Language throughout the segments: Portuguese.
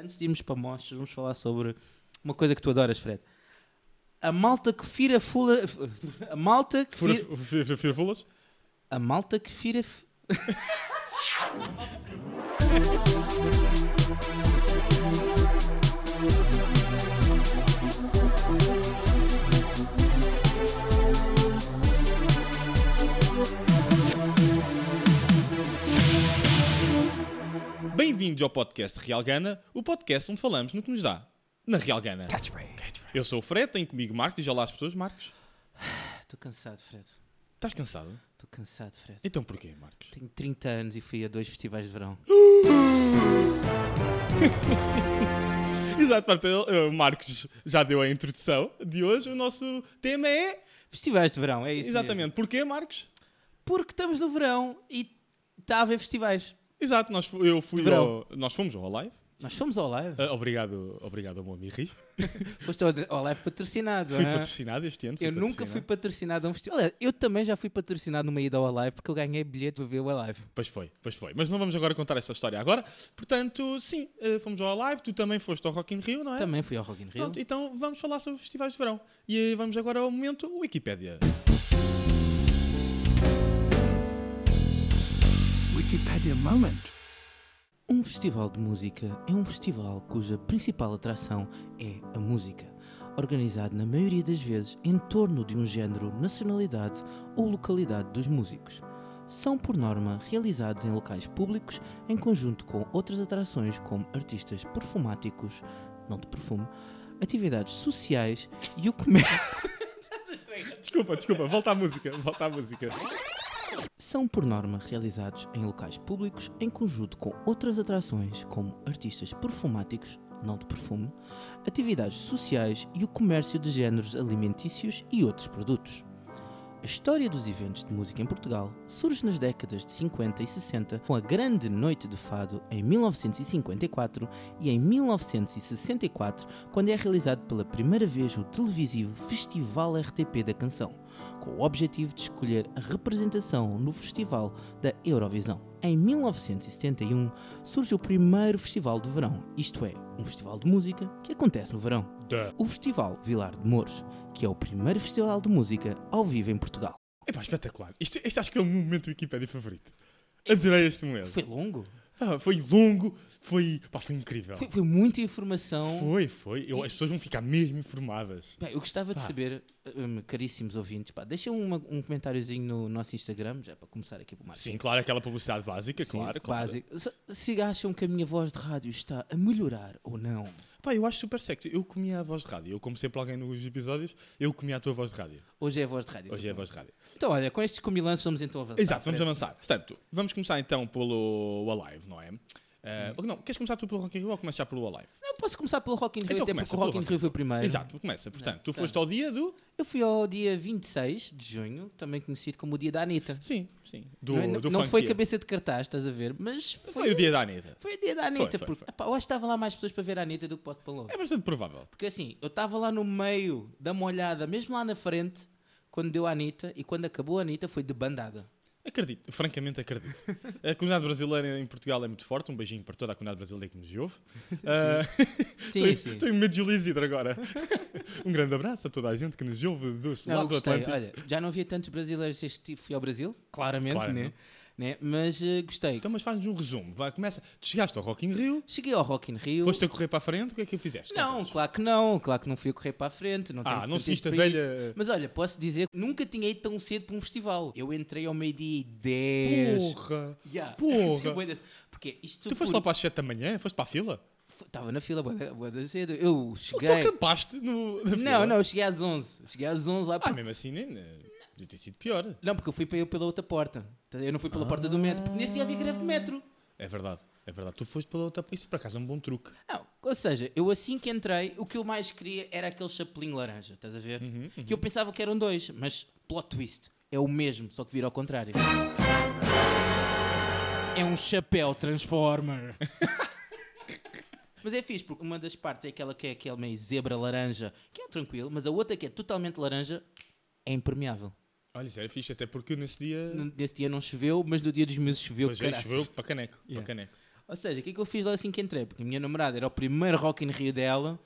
antes de irmos para mochos, vamos falar sobre uma coisa que tu adoras, Fred. A malta que fira fula. A malta que fira. Firfulas? A malta que fira. f- Bem-vindos ao podcast Real Gana, o podcast onde falamos no que nos dá. Na Real Gana. Eu sou o Fred, tenho comigo Marcos e já lá as pessoas, Marcos. Estou Ah, cansado, Fred. Estás cansado? Estou cansado, Fred. Então porquê, Marcos? Tenho 30 anos e fui a dois festivais de verão. Exato, portanto, ele- o Marcos já deu a introdução de hoje. O nosso tema é. Festivais de verão, é isso. mesmo. Exatamente. Porquê, Marcos? Porque estamos no verão e está a haver festivais. Exato, nós, fu- eu fui De ao, nós fomos ao live. Nós fomos ao live. Ah, obrigado, obrigado ao meu amigo Riz. Foste ao- ao live patrocinado. Fui hã? patrocinado este ano. fui Eu nunca fui patrocinado. patrocinado a um festival. Aliás, eu também já fui patrocinado numa ida ao Alive porque eu ganhei bilhete para ver o Alive. Pois foi, pois foi. Mas não vamos agora contar essa história agora. Portanto, sim, eh, fomos ao live. Tu também foste ao Rock in Rio, não é? Também fui ao Rock in Rio. Pronto, então vamos falar sobre festivais de verão. E eh, vamos agora ao momento Wikipédia. Wikipedia moment. Um festival de música é um festival cuja principal atração é a música, organizado na maioria das vezes em torno de um género, nacionalidade ou localidade dos músicos. São, por norma, realizados em locais públicos em conjunto com outras atrações como artistas perfumáticos, não de perfume, atividades sociais e o comércio. Desculpa, desculpa, volta à música, volta à música. são por norma realizados em locais públicos em conjunto com outras atrações como artistas perfumáticos, não de perfume, atividades sociais e o comércio de géneros alimentícios e outros produtos. A história dos eventos de música em Portugal surge nas décadas de 50 e 60 com a Grande Noite de Fado em 1954 e em 1964, quando é realizado pela primeira vez o televisivo Festival RTP da Canção, com o objetivo de escolher a representação no Festival da Eurovisão. Em 1971 surge o primeiro Festival de Verão, isto é, um festival de música que acontece no verão Duh. o Festival Vilar de Mouros, que é o primeiro festival de música ao vivo em Portugal. Epá, espetacular. Isto, este acho que é o meu momento Wikipédia favorito. Adorei este momento. Foi longo? Pá, foi longo, foi, pá, foi incrível. Foi, foi muita informação. Foi, foi. Eu- as pessoas vão ficar mesmo informadas. Bem, eu gostava de Pá. saber, hum, caríssimos ouvintes, pá, deixem uma- um comentáriozinho no nosso Instagram, já para começar aqui por mais. Sim, claro, aquela publicidade básica, claro, claro. Se acham que a minha voz de rádio está a melhorar ou não. Pá, eu acho super sexy. Eu comia a voz de rádio. Eu, como sempre alguém nos episódios, eu comia a tua voz de rádio. Hoje é a voz de rádio. Hoje é então. a voz de rádio. Então, olha, com estes comilanços vamos então avançar. Exato, vamos Fred. avançar. Portanto, vamos começar então pelo Alive, não é? Eh, ou não, queres começar tu pelo Rock in Rio ou começas já pelo Alive? Não, posso começar pelo Rock in Rio, Então até começa porque o Rock pelo in Rio foi o primeiro. Exato, começa. Portanto, tu tá. foste ao dia do... Eu fui ao dia 26 de junho, também conhecido como o dia da Anitta. Sim, sim. Do, não é- não- do não Funk foi Year. cabeça de cartaz, estás a ver? Mas foi, Foi o dia da Anitta. foi o dia da Anitta. Foi, foi, porque, foi. epá, eu acho que estava lá mais pessoas para ver a Anitta do que posso para longe. É bastante provável. Porque assim, eu estava lá no meio da molhada, mesmo lá na frente, quando deu a Anitta e quando acabou a Anitta foi de bandada. Acredito, francamente acredito. A comunidade brasileira em Portugal é muito forte. Um beijinho para toda a comunidade brasileira que nos ouve. Ah, Sim, sim. Estou em medo de Lisídra agora. um grande abraço a toda a gente que nos ouve do outro Não, eu lado do gostei. Atlântico. Olha, já não havia tantos brasileiros este tipo. Fui ao Brasil, claramente, Claro, né? não. né? Mas eh, gostei. Então, mas faz-nos um resumo. Vai, começa. Tu chegaste ao Rock in Rio, Cheguei ao Rock in Rio. foste a correr para a frente, o que é que fizeste? Não, Conta-nos. claro que não, claro que não fui a correr para a frente. Não tenho Ah, não tanto tempo seguiste a para isso. velha. Mas olha, posso dizer que nunca tinha ido tão cedo para um festival. Eu entrei ao meio-dia e 10. Porra! Yeah. porra. Tem bué de- Porque isto. Tu foste lá para as 7 da manhã? Foste para a fila? Estava na fila, boa, cedo. Eu Tu cheguei. acampaste no. na fila? Não, não, eu cheguei às 11. Cheguei às 11 lá Ah, porque. mesmo assim, nem, nem- podia ter sido pior. Não, porque eu fui para eu pela outra porta. Tá, Eu não fui Ah. pela porta do metro. Porque nesse dia havia greve de metro. É verdade, é verdade. Tu foste pela outra. Isso por acaso é um bom truque. Não, ou seja, eu assim que entrei, o que eu mais queria era aquele chapelinho laranja, estás a ver? Uhum, Que eu pensava que eram dois, mas plot twist, é o mesmo, só que vira ao contrário. É um chapéu Transformer. mas é fixe, porque uma das partes é aquela que é aquele meio zebra laranja, que é tranquilo, mas a outra que é totalmente laranja é impermeável. Olha, isso era fixe, até porque nesse dia. N- Nesse dia não choveu, mas no dia dos meses choveu, Pois é, caraças. choveu para caneco. Yeah. Para caneco. Ou seja, o que é que eu fiz logo assim que entrei? Porque a minha namorada era o primeiro Rock in Rio dela,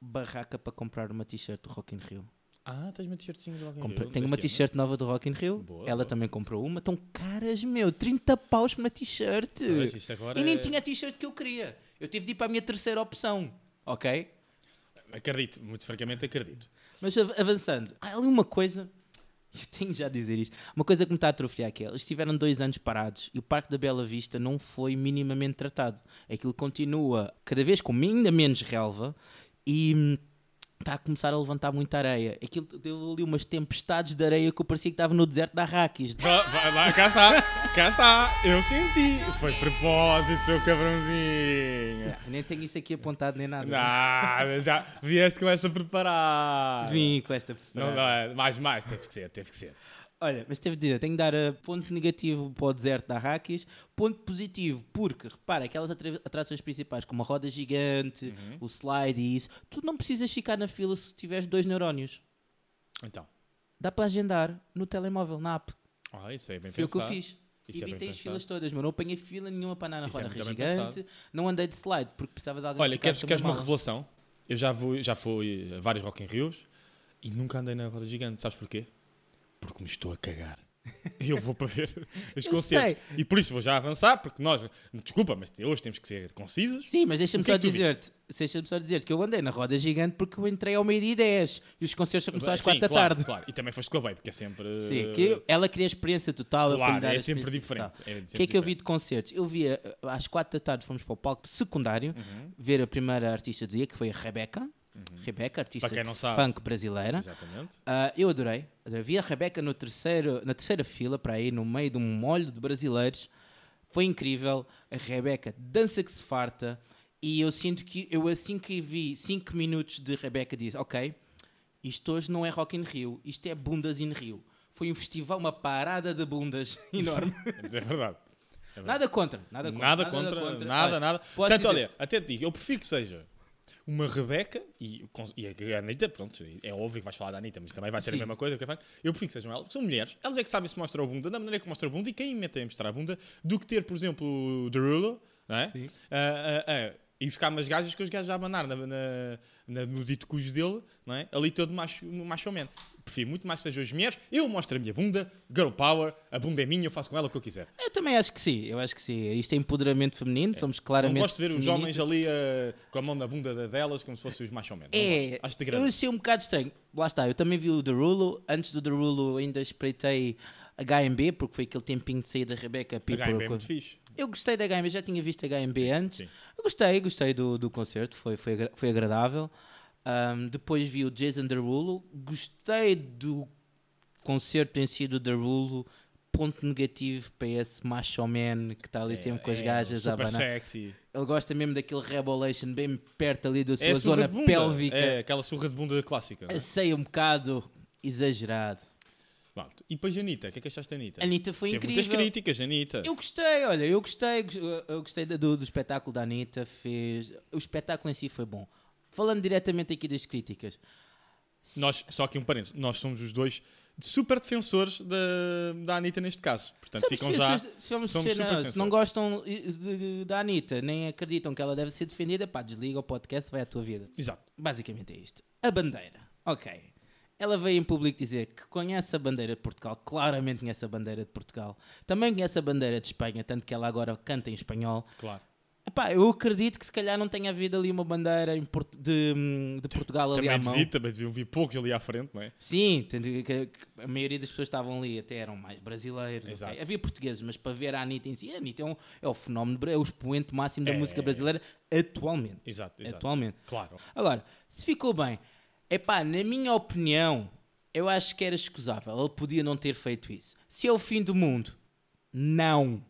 barraca para comprar uma t-shirt do Rock in Rio. Ah, tens uma t-shirtzinha de Rock in Comprei- Rio tenho uma deste Uhum. ano. t-shirt nova do Rock in Rio, Boa, ela boa. também comprou uma. Estão caras, meu, 30 paus para uma t-shirt. Pois, isto agora E nem é- tinha a t-shirt que eu queria. Eu tive de ir para a minha terceira opção, ok? Acredito, muito francamente acredito. Mas av- avançando, há ali uma coisa. Eu tenho já a dizer isto. Uma coisa que me está a atrofiar aqui. é, Eles tiveram dois anos parados e o Parque da Bela Vista não foi minimamente tratado. Aquilo continua cada vez com ainda menos relva e hum, está a começar a levantar muita areia. Aquilo deu ali umas tempestades de areia que eu parecia que estava no deserto da Arrakis. Vá- vá lá, cá está, cá está, eu senti. Foi de propósito, seu cabrãozinho. Eu nem tenho isso aqui apontado nem nada. Nada, já vieste com essa preparada. Vim com esta Não, não, é, mais, mais, teve que ser, teve que ser. Olha, mas teve de dizer, tenho que dar eh, ponto negativo para o deserto da Arrakis, ponto positivo, porque, repara, aquelas atra- atrações principais, como a roda gigante, Uhum. o slide e isso, tu não precisas ficar na fila se tiveres dois neurónios. Então, Dá para agendar no telemóvel, na app. ah, isso aí é bem Foi o que pensado. eu fiz. Isso é bem Evitei as pensado. filas todas, mas não apanhei fila nenhuma para andar na Isso é roda muito bem gigante, não andei de slide, porque precisava de alguém Olha, que queres, ficasse queres com a uma mala. revelação? Eu já fui, já fui a vários Rock in Rios e nunca andei na roda gigante. Sabes porquê? Porque me estou a cagar. E eu vou para ver os Eu concertos. E por isso vou já avançar, porque nós... Desculpa, mas hoje temos que ser concisos. Sim, mas deixa-me O que só é que tu dizer-te deixa-me só dizer que eu andei na roda gigante porque eu entrei ao meio-dia e 10 e os concertos começaram às Sim, 4 da claro, tarde. Claro, e também foste clube, porque é sempre... Sim, que eu- ela queria a experiência total. eu Claro, fui-lhe dar é a sempre experiência total. diferente, é sempre O que é que eu vi diferente. de concertos? Eu vi, eh, às quatro da tarde, fomos para o palco secundário Uhum. ver a primeira artista do dia, que foi a Rebeca. Rebeca, artista Para quem de não sabe. funk brasileira. Exatamente. Ah, eu adorei. adorei. Vi a Rebeca no terceiro, na terceira fila, para aí, no meio de um molho de brasileiros. Foi incrível. A Rebeca dança que se farta. E eu sinto que eu, assim que vi 5 minutos de Rebeca, disse: Ok, isto hoje não é Rock in Rio, isto é Bundas in Rio. Foi um festival, uma parada de bundas enorme. É verdade. nada contra, nada contra. Nada contra, nada, nada. posso Portanto, dizer- olha, até te digo, eu prefiro que seja uma Rebeca e, com- e a Anitta, pronto, é óbvio que vais falar da Anitta, mas também vai ser Sim. a mesma coisa. que eu faço. Eu prefiro que sejam elas, são mulheres, elas é que sabem se mostram a bunda, da maneira que mostram a bunda e quem metem a mostrar a bunda, do que ter, por exemplo, o Derulo, não é? Sim. Ah, ah, ah, e buscar umas gajas que os gajos já abanar na, na, na- no dito cujo dele, não é? Ali todo macho, macho man. Prefiro muito mais que sejam as mulheres, eu mostro a minha bunda, girl power, a bunda é minha, eu faço com ela o que eu quiser. Eu também acho que sim, eu acho que sim. Isto é empoderamento feminino, somos Não claramente. gosto de ver os feministas. homens ali eh, com a mão na bunda de- delas como se fossem os mais ou menos. Não É, gosto. Acho eu degradante. achei um bocado estranho. Lá está, eu também vi o Derulo. Antes do Derulo ainda espreitei HMB, porque foi aquele tempinho de sair da Rebeca A Piper. HMB é muito fixe. Eu gostei da HMB, já tinha visto a HMB antes. sim. Eu gostei, gostei do, do concerto, foi, foi, agra- foi agradável. Ahm, depois vi o Jason Derulo, gostei do concerto em si do Derulo. Ponto negativo para esse macho man que está ali sempre com as É, gajas a super abanar. sexy. Ele gosta mesmo daquele rebolation bem perto ali da sua É a surra zona de bunda. pélvica. É aquela surra de bunda clássica. não é? Sei um bocado exagerado. Pronto. E depois a Anitta, o que é que achaste da Anitta? A Anitta foi Teve muitas incrível. críticas, Anitta. Eu gostei, olha, eu gostei, gos- eu- eu gostei da- do, do espetáculo da Anitta, fez. O espetáculo em si foi bom. Falando diretamente aqui das críticas, Nós, só aqui um parênteses, nós somos os dois super defensores da, da Anitta neste caso. Portanto, somos ficam já. defensores- somos somos defensores, super se não defensores. gostam eh, de- da Anitta, nem acreditam que ela deve ser defendida, pá, desliga o podcast, vai à tua vida. Exato. Basicamente é isto. A bandeira. Ok. Ela veio em público dizer que conhece a bandeira de Portugal, claramente conhece a bandeira de Portugal, também conhece a bandeira de Espanha, tanto que ela agora canta em espanhol. Claro. Epá, eu acredito que se calhar não tenha havido ali uma bandeira em Porto- de, hum, de Portugal ali à Também mão. devido, também deviam vir poucos ali à frente, não é? Sim, entendi que- que a maioria das pessoas que estavam ali até eram mais brasileiros. ok? Exato. Havia portugueses, mas para ver a Anitta em si, a Anitta é, um- é o fenómeno, bra- é o expoente máximo da É. música brasileira atualmente. Exato, exato. Atualmente. Claro. Agora, se ficou bem, epá, na minha opinião, eu acho que era escusável. Ele podia não ter feito isso. Se é o fim do mundo, não.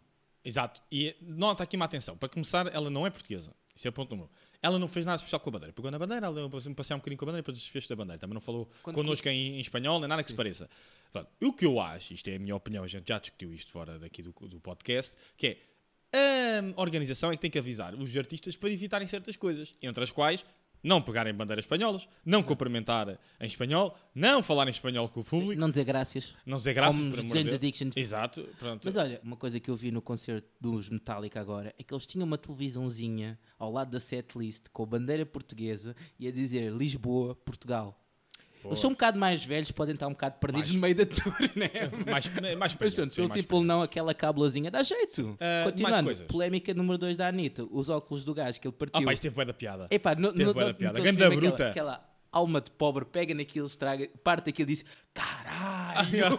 Exato. E nota aqui uma atenção. Para começar, ela não é portuguesa. Isso é ponto número um. Ela não fez nada especial com a bandeira. Pegou na bandeira, ela deu um passeio um bocadinho com a bandeira, depois desfez da bandeira. Também não falou Quando connosco em, em espanhol, nem nada que se pareça. Pronto, o que eu acho, isto é a minha opinião, a gente já discutiu isto fora daqui do, do podcast, que é a organização é que tem que avisar os artistas para evitarem certas coisas, entre as quais não pegarem bandeiras espanholas, não cumprimentar em espanhol, não falar em espanhol com o público, não, Não dizer graças. dizer graças Como por nos amor de Jane's Deus. Addiction. Exato, pronto. Mas olha, uma coisa que eu vi no concerto dos Metallica agora é que eles tinham uma televisãozinha ao lado da setlist com a bandeira portuguesa e a dizer Lisboa, Portugal. Pô, Eles são um bocado mais velhos, podem estar um bocado perdidos Mais- no meio da tour, né? mais, mais Mas espanhol, pronto, assim, sim, pelo mais simples espanhol. não, aquela cabulazinha dá jeito. Ah, mais Continuando, coisas. polémica número 2 da Anitta, os óculos do gajo que ele Ah, partiu. pá, isto teve bué da piada. Epá, no, Teve no, bué da no- piada. no Ganda cinema, aquela- bruta. Aquela, alma de pobre pega naquilo, estraga, parte daquilo e diz: Caralho!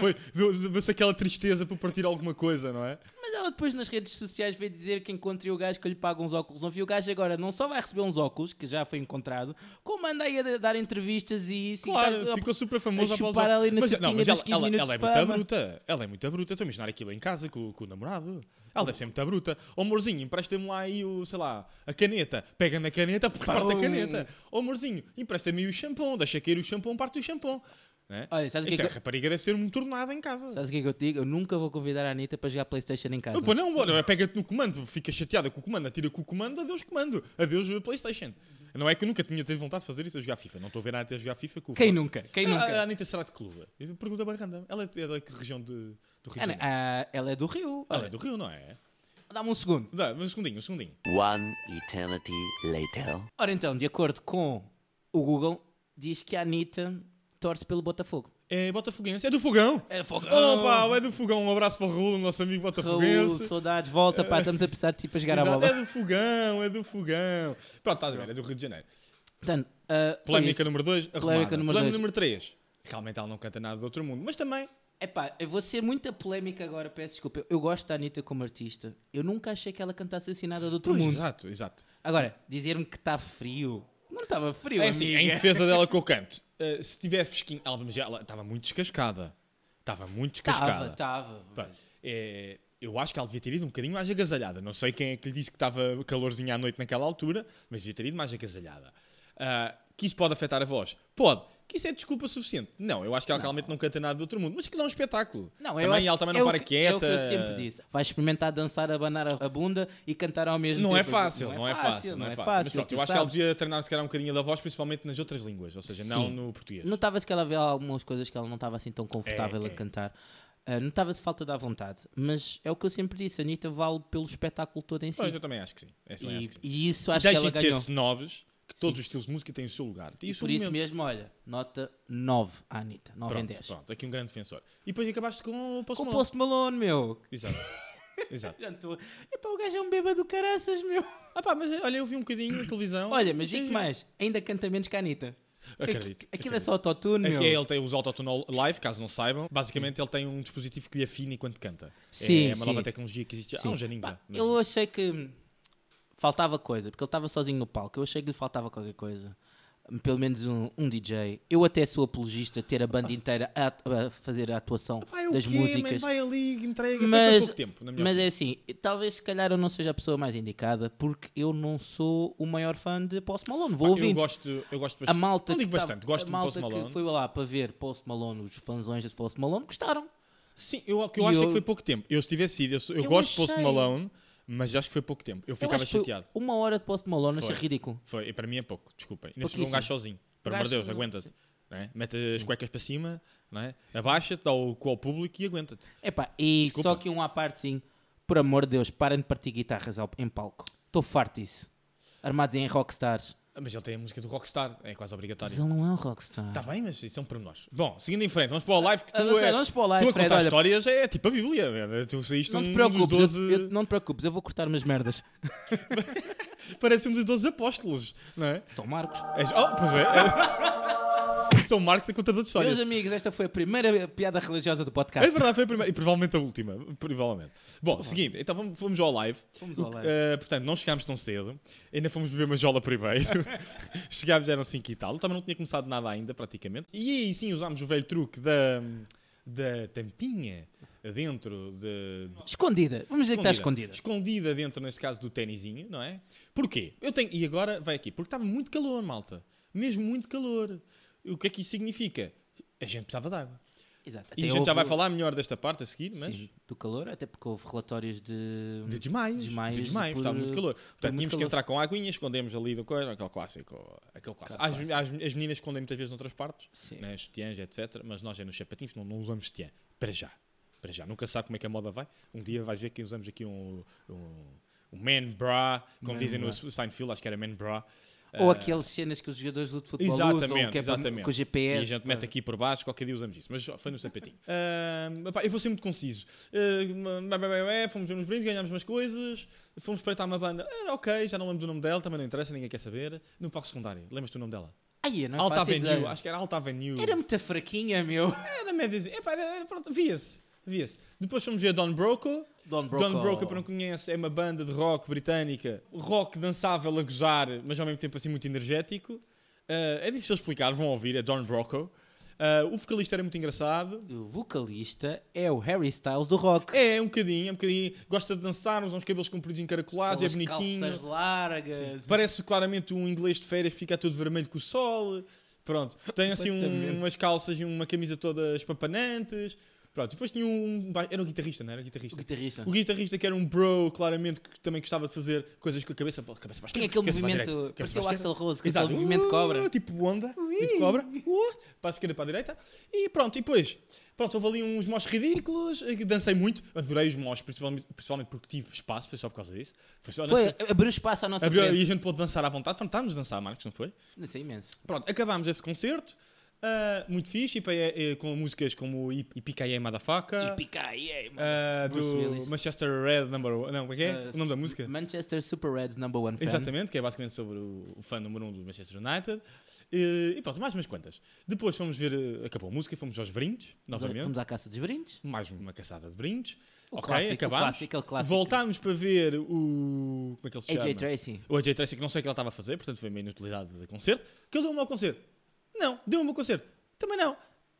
Foi, viu- viu-se aquela tristeza por partir alguma coisa, não é? Mas ela depois nas redes sociais veio dizer que encontrei o gajo que lhe paga uns óculos. Não vi o gajo agora, não só vai receber uns óculos, que já foi encontrado, como anda aí a da- dar entrevistas e isso. e Claro, tal. ficou super tá, a famoso à chupar volta. ali na mas, tetinha não, mas dos ela, 15 ela- minutos ela é de muito fama. bruta. Ela é muito bruta. Estou a imaginar aquilo em casa com, com o namorado. Ela deve ser muito bruta. Ô amorzinho, empresta-me lá aí o, sei lá, a caneta. Pega na caneta, parte a caneta. Ô amorzinho, empresta-me aí o shampoo. Deixa cair o shampoo, parte o shampoo. Né? Olha, sabes o que Esta é que eu- rapariga deve ser um tornado em casa. Sabes o que é que eu te digo? Eu nunca vou convidar a Anitta para jogar Playstation em casa. Opa, não, bora, pega-te no comando, fica chateada com o comando, atira com o comando, adeus comando, adeus eh, Playstation. Não é que eu nunca tinha tido vontade de fazer isso a jogar FIFA, não estou a ver nada até jogar FIFA com o É, Quem Fo- nunca? Quem A- A, nunca? Anitta será de que clube? Eu Pergunta bem random. Ela é é da que região de, do Rio de Ah, não, Janeiro? ah, ela é do Rio. Ela Olha, é do Rio, não é? Dá-me um segundo. Dá, mas um segundinho, um segundinho. One eternity later. Ora então, de acordo com o Google, diz que a Anitta torce pelo Botafogo. É Botafoguense, é do Fogão! É fogão! Opa, é do Fogão, um abraço para o Raul, nosso amigo Raul, Botafoguense. saudades, volta, pá, estamos a precisar de ti para jogar a Exato, bola. é do Fogão, é do Fogão. Pronto, estás a ver, é do Rio de Janeiro. Portanto, ah, foi Polémica isso. número 2, Polémica número dois. Polémica número 3. Realmente ela não canta nada do outro mundo, mas também Epá, eu vou ser muita polémica agora, peço desculpa. Eu, eu gosto da Anitta como artista. Eu nunca achei que ela cantasse assim nada do outro Pois, mundo. Exato, exato. Agora, dizer-me que está frio. Não estava frio, É é assim, amiga. em defesa dela que eu canto, eh, se tiver fresquinho, ela mas ela estava muito descascada. Estava muito Estava, descascada. estava. Pá, eh, eu acho que ela devia ter ido um bocadinho mais agasalhada. Não sei quem é que lhe disse que estava calorzinho à noite naquela altura, mas devia ter ido mais agasalhada. Ah, que isso pode afetar a voz? Pode. Que isso é desculpa suficiente? Não, eu acho que ela realmente não canta nada do outro mundo, mas que dá um espetáculo. Não, eu também, acho- ela também é não o para que- quieta. É o que eu sempre disse. Vai experimentar dançar, abanar a a bunda e cantar ao mesmo Não é tempo. fácil, não é fácil, não é fácil. Mas pronto, tu eu acho que ela sabes. devia treinar se calhar um bocadinho da voz, principalmente nas outras línguas, ou seja, não Sim. no português. Notava-se que ela havia algumas coisas que ela não estava assim tão confortável É, a cantar. Ah, Notava-se falta da vontade. Mas é o que eu sempre disse, a Anitta vale pelo espetáculo todo em si. Pois, eu também acho que sim. Essa também E, acho que sim. e isso acho que Deixem ela de ser ganhou. snobs, que todos os estilos de música têm o seu lugar. Tem E o seu por isso momento. mesmo, olha, nota 9 à Anitta, 9 em Pronto, 10. pronto, aqui um grande defensor. E depois acabaste com o Post Com o Malone. Post Malone, meu. Exato. Exato. Portanto, epá, o gajo é um bêbado do caraças, meu. Ah pá, mas olha, eu vi um bocadinho na televisão. Olha, mas Sim, digo sim. mais, ainda canta menos que a Anitta. Acredito. Aquilo é só autotune, meu. Aqui ele tem, usa o Autotune Live, caso não saibam. Basicamente ele tem um dispositivo que lhe afina enquanto canta. Sim, é uma nova sim. tecnologia que existe há Sim. uns aninhos Pá, já, mas- Eu achei que faltava coisa, porque ele estava sozinho no palco. Eu achei que lhe faltava qualquer coisa. Pelo menos um, um DJ. Eu até sou apologista de ter a banda inteira a, atu- a fazer a atuação Pá, é o das quê, man? músicas. Vai ali, entrega, mas, mas, pouco tempo, na minha mas é opinião. assim, talvez se calhar eu não seja a pessoa mais indicada porque eu não sou o maior fã de Post Malone. Vou Eu ouvindo. gosto, eu gosto é A bastante. malta, não digo que, tava- bastante, gosto a do malta Post Malone. que foi lá para ver Post Malone, os fanzões de Post Malone, gostaram. Sim, eu, o que eu E acho é eu- que foi pouco tempo. Eu se tivesse sido, eu, sou- eu Eu gosto de Post achei. Malone, mas acho que foi pouco tempo. Eu ficava eu acho que foi chateado. Uma hora de Post Malone, achei Foi. ridículo. Foi, e para mim é pouco, desculpem. Ainda se um Pouquíssimo. gajo sozinho. Pelo amor de Gajo- Deus, aguenta-te. sim. não é? Mete as cuecas para cima, não é? abaixa-te, dá o cu ao público e aguenta-te. Epá, e Desculpa. só que um à parte sim, por amor de Deus, parem de partir guitarras ao- em palco. Estou farto disso. Armados em rockstars. Ah, Mas ele tem a música do Rockstar, é quase obrigatório. Mas ele não é um rockstar. Está bem, mas isso é um pormenor. Bom, seguindo em frente, vamos para o live que tu, Avançar, é, vamos para o live, tu a contar Fred, olha. histórias é tipo a Bíblia. velho. Tu saíste não um te dos preocupes, 12... eu, eu- não te preocupes, eu vou cortar umas merdas. Parece um dos 12 apóstolos, não é? São Marcos. És- Oh, pois é. São Marcos é contador de histórias. Meus amigos, esta foi a primeira piada religiosa do É podcast. verdade, foi a primeira. E provavelmente a última. Provavelmente. Bom, seguinte, então vamos, fomos ao live. Fomos O ao que- live. eh, portanto, não chegámos tão cedo. Ainda fomos beber uma jola primeiro. chegámos, eram 5 e tal. Também não tinha começado nada ainda, praticamente. E aí sim usámos o velho truque da, da tampinha dentro de, de Escondida. Vamos dizer é que está escondida. Escondida dentro, neste caso, do tênisinho, não é? Porquê? Eu tenho... E agora vai aqui. Porque estava muito calor, malta. Mesmo muito calor. O que é que isso significa? A gente precisava de água. Exato. E a gente já vai falar melhor desta parte a seguir, mas. Sim, do calor, até porque houve relatórios de. De desmaios. Desmaios de desmaios, por- está muito calor. Portanto, muito tínhamos que calor. entrar com aguinha, escondemos ali do coisa, aquele clássico. Aquele clássico. As, as- as meninas escondem muitas vezes noutras partes, Sim. nas sutiãs, etc. Mas nós é nos sapatinhos, não, não usamos sutiã. Para já. Para já. Nunca sabe como é que a moda vai. Um dia vais ver que usamos aqui um. um um man bra, como Man dizem bra. no Seinfeld, acho que era man bra. Ah. Ou aquelas cenas que os jogadores do futebol usam, que é para, com o GPS. E a gente mete para- aqui por baixo, qualquer dia usamos isso, mas só foi no sapatinho. Ahm, epá, eu vou ser muito conciso. Ahm, bá, bá, bá, bá, fomos ver uns brindes, ganhámos umas coisas, fomos espreitar uma banda. Era ok, já não lembro do nome dela, também não interessa, ninguém quer saber. No palco secundário, lembras-te do nome dela? Ai, eu não Alta faço Avenue, ideia. acho que era Alta Avenue. Era muito fraquinha, meu. Era médiazinha, epá, era, era, pronto, via-se. Via-se. Depois fomos ver Don Broco. Don Broco. Don Broco, para não conhece, é uma banda de rock britânica. Rock dançável a gozar, mas ao mesmo tempo assim muito energético. Ah, é difícil explicar, vão ouvir, é Don Broco. Ah, o vocalista era muito engraçado. O vocalista é o Harry Styles do rock. É, um bocadinho, é um bocadinho. Gosta de dançar, usa uns cabelos compridos encaracolados, é Aquelas bonitinho. calças largas. Parece claramente um inglês de férias que fica todo vermelho com o sol. Pronto, tem assim um- Completamente. umas calças e uma camisa todas papanantes. Pronto, depois tinha um. ba- Era um guitarrista, não era? O Guitarrista. guitarrista. O guitarrista que era um bro, claramente, que também gostava de fazer coisas com a cabeça, pô, cabeça para a Tinha esquerda, é aquele cabeça para a movimento, direita, cabeça parecia para a o Axl esquerda. Rose, com Exato. aquele movimento de cobra. Uh, Tipo onda, tipo cobra, uh, para a esquerda, para a direita, e pronto, e depois, pronto, houve ali uns mós ridículos, eh, que dancei muito, adorei os mós, principalmente, principalmente porque tive espaço, foi só por causa disso. Foi só Foi, nessa- abriu espaço à nossa abriu- e frente. a gente pôde dançar à vontade, tentámos dançar, Marcos, não foi? Isso é imenso. Pronto, acabámos esse concerto, ah, muito fixe, e, pa- eh, com músicas como I- Ipicaia Madafaca, E pica aí, é, mano. ah, Bruce do Willis. Manchester Red Number One, não, como é que é? Uh, o nome da música? Manchester Super Reds Number One Fan. Exatamente, que é basicamente sobre o, o fã número um do Manchester United. E, e pronto, mais umas quantas. Depois fomos ver, eh, acabou a música, fomos aos brindes, novamente. Vamos à caça dos brindes. Mais uma caçada de brindes. O ok, clássico, o acabámos. clássico, aquele clássico. Voltámos para ver o. Como é que ele se chama? AJ Tracy. O AJ Tracy, que não sei o que ele estava a fazer, portanto foi uma inutilidade de concerto. Que ele deu-me ao concerto. Não, deu-me ao concerto. Também não.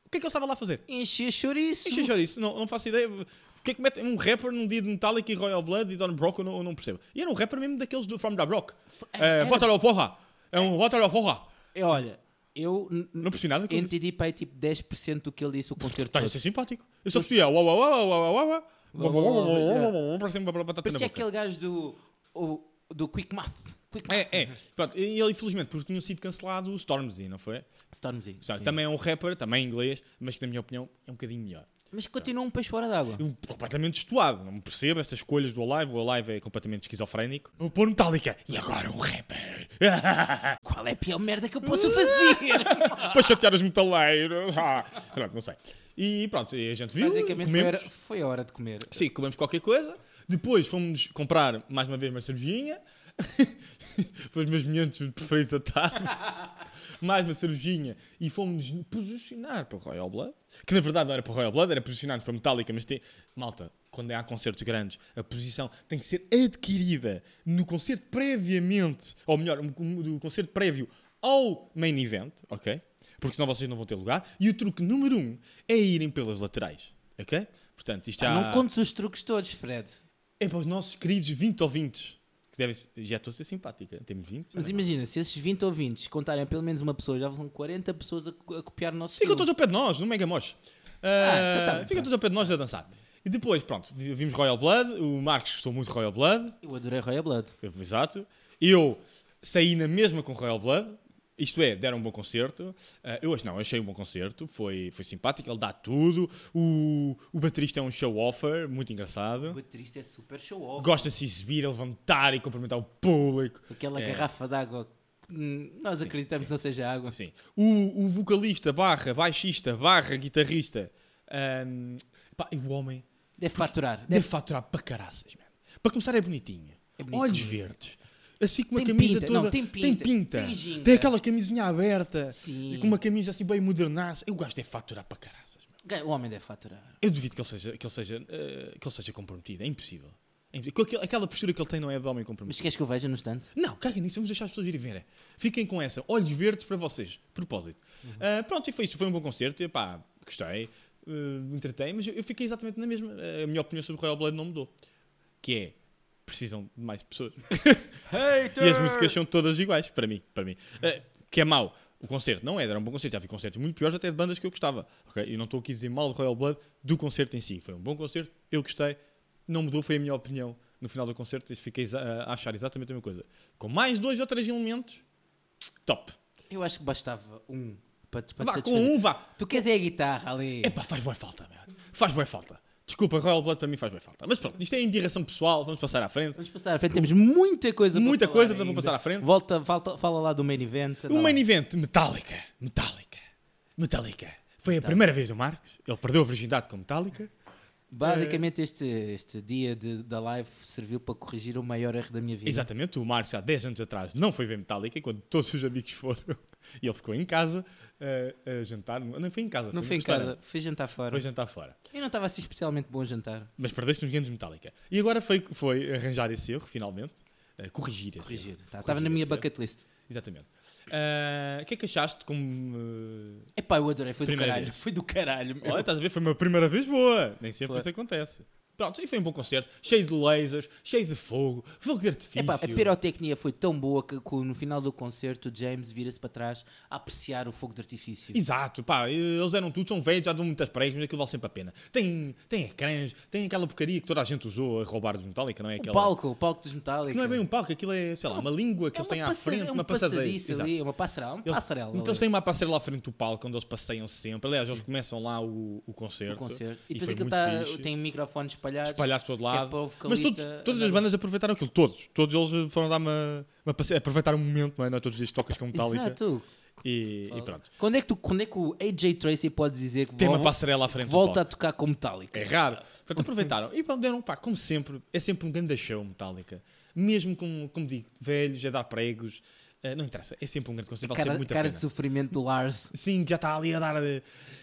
O que é que ele estava lá a fazer? Enche chouriço. Deixa eu achar isso, não, não faço ideia. Porque é que metem um rapper num dia de Metallica e Royal Blood e Don Brock? Eu não, eu não percebo. E era um rapper mesmo daqueles do From the Brock. É, era- Water of Horror. É um Water of Horror. E É, Olha, eu n- Não percebi nada. então. do que ele disse. antidipei tipo 10% do que ele disse o concerto Está a todo. ser é simpático. Eu só percebi. ah, uau, uau, uau, uau, uau, uau. Uau, uau, uau, uau, uau, uau, uau, Parece uma batata na Parecia boca. é aquele gajo do, o- do Quick Math. Quick Math. É, é. Pronto, e ele, infelizmente, porque tinha sido cancelado o Stormzy, não foi? Stormzy. Sabe, sim. Também é um rapper, também é inglês, mas que, na minha opinião, é um bocadinho melhor. Mas continua um peixe fora d'água. Eu, completamente destoado, não percebo estas escolhas do Alive. O Alive é completamente esquizofrénico. Vou pôr Metallica e agora um rapper. Qual é a pior merda que eu posso fazer? para chatear os metaleiros. Ah, pronto, não sei. E pronto, e a gente viu. Basicamente foi, a hora- comemos. foi a hora de comer. Sim, comemos qualquer coisa. Depois fomos comprar mais uma vez uma cervejinha. Foi os meus momentos preferidos da tarde. mais uma cervejinha e fomos posicionar para o Royal Blood. Que na verdade não era para o Royal Blood, era posicionar-nos para Metallica, mas tem. Malta, quando há concertos grandes, a posição tem que ser adquirida no concerto previamente, ou melhor, no concerto prévio ao main event, ok? Porque senão vocês não vão ter lugar. E o truque número um é irem pelas laterais, ok? Portanto, isto já... Ah, Não contes os truques todos, Fred. É para os nossos queridos 20 ouvintes. Que devem ser- Já estou a ser simpática. Temos 20. Mas imagina, se esses 20 ouvintes contarem pelo menos uma pessoa, já vão 40 pessoas a, co- a copiar o nosso Ficam estilo. todos ao pé de nós, no Mega Mosh. Ah, então tá Ah, bem, Ficam pronto. todos ao pé de nós a dançar. E depois, pronto, vi- vimos Royal Blood. O Marcos gostou muito de Royal Blood. Eu adorei Royal Blood. Exato. Eu saí na mesma com Royal Blood. Isto é, deram um bom concerto. Ah, eu acho não, eu achei um bom concerto. Foi, foi simpático, ele dá tudo. O, o baterista é um show-offer, muito O engraçado. baterista é super show-off. Gosta de se exibir, a levantar e cumprimentar o público. Aquela É. garrafa d'água, hum, nós acreditamos que não seja água. Sim. O, o vocalista, barra, baixista, barra, guitarrista. ahm, pá, e o homem Deve faturar. deve Deve... faturar para caraças, mano. Para começar é bonitinho. bonitinho. Olhos verdes. Assim com uma Tem camisa pinta, toda. não, tem pinta, tem ginga. Tem aquela camisinha aberta. Sim. E com uma camisa assim bem modernaça. Eu gosto de faturar para caraças, mano. O homem deve faturar. Eu duvido que ele seja, que ele seja, eh, que ele seja comprometido. É impossível. É impossível. Com aquele- Aquela postura que ele tem não é de homem comprometido. Mas queres que eu veja no instante? Não, caga nisso, vamos deixar as pessoas irem verem. Fiquem com essa, olhos verdes para vocês. Propósito. Ah, pronto, e foi isso. Foi um bom concerto. E, pá, gostei, ah, me entretei, mas eu, eu fiquei exatamente na mesma. Ah, A minha opinião sobre o Royal Blood não mudou. Que é. Precisam de mais pessoas. e as músicas são todas iguais, para mim. Para mim. Ah, que é mau. O concerto não era, era um bom concerto. Já vi concertos muito piores, até de bandas que eu gostava. ok? E não estou aqui a dizer mal de Royal Blood do concerto em si. Foi um bom concerto, eu gostei. Não mudou, foi a minha opinião. No final do concerto, eu fiquei exa- a achar exatamente a mesma coisa. Com mais dois ou três elementos, top. Eu acho que bastava um para, para te Vá, com satisfazer. um, vá. Tu queres é a guitarra ali. Epá, faz boa falta, meu. Faz boa falta. Desculpa, Royal Blood para mim faz boa falta. Mas pronto, isto é indireção pessoal, vamos passar à frente. Vamos passar à frente, temos muita coisa Muita para falar coisa, então vou ainda. passar à frente. Volta, falta, fala lá do main event. O Um main event, Metallica, Metallica, Metallica. Foi a primeira vez do Marcos, ele perdeu a virgindade com Metallica. Basicamente este, este dia de- da live serviu para corrigir o maior erro da minha vida. Exatamente, o Marcos há 10 anos atrás não foi ver Metallica, quando todos os amigos foram. E ele ficou em casa eh, a, a jantar. Não foi em casa, Não num foi em restaurante. casa, fui jantar fora. Foi jantar fora. Eu não estava assim especialmente bom a jantar. Mas perdeste uns ganhos de Metallica. E agora foi, foi arranjar esse erro, finalmente. Uh, corrigir esse Corrigir. erro. Tá, Estava na minha esse erro. bucket list. Exatamente. Uh, O que é que achaste como... uh, Epá, eu adorei, foi Primeira do caralho. vez. Foi do caralho, meu. Olha, estás a ver? Foi uma primeira vez boa. Nem sempre Foi. isso acontece. Pronto, e foi um bom concerto, cheio de lasers, cheio de fogo, fogo de artifício. Epá, é a pirotecnia foi tão boa que co- no final do concerto o James vira-se para trás a apreciar o fogo de artifício. Exato, pá, eles eram tudo, são velhos, já dão muitas pregas, mas aquilo vale sempre a pena. Tem, tem ecrãs, tem aquela porcaria que toda a gente usou a roubar dos Metallica, não O é aquela. Um palco, o palco dos Metallica. Que não é bem um palco, aquilo é, sei lá, uma língua que É eles têm uma à passa- frente, é uma passadeira. passadiça Exato. ali, é uma passarela, uma Eles, passarela. então eles têm uma passarela à frente do palco, onde eles passeiam sempre. Aliás, eles começam lá o, o ali, concerto. o concerto. E depois foi aquilo muito tá, fixe. tem microfones espalhados. espalhados por todo que é lado. para o Mas vocalista todos, todas as andar- bandas aproveitaram aquilo, todos. Todos eles eh, foram dar uma, uma passe- aproveitar um momento, não é? Não é todos os dias que tocas com Metallica. Exato. E, e pronto. Quando é, que tu, quando é que o AJ Tracy pode dizer que Tem uma vol- passarela à frente. do volta a palco. tocar com Metallica? É raro. Portanto, aproveitaram. E pronto, deram, pá, como sempre, é sempre um grande show Metallica. Mesmo com, como digo, velhos, a dar pregos. eh, não interessa, é sempre um grande concerto, vale cara, sempre muito a cara pena. de sofrimento do Lars. Sim, já está ali a dar. eh,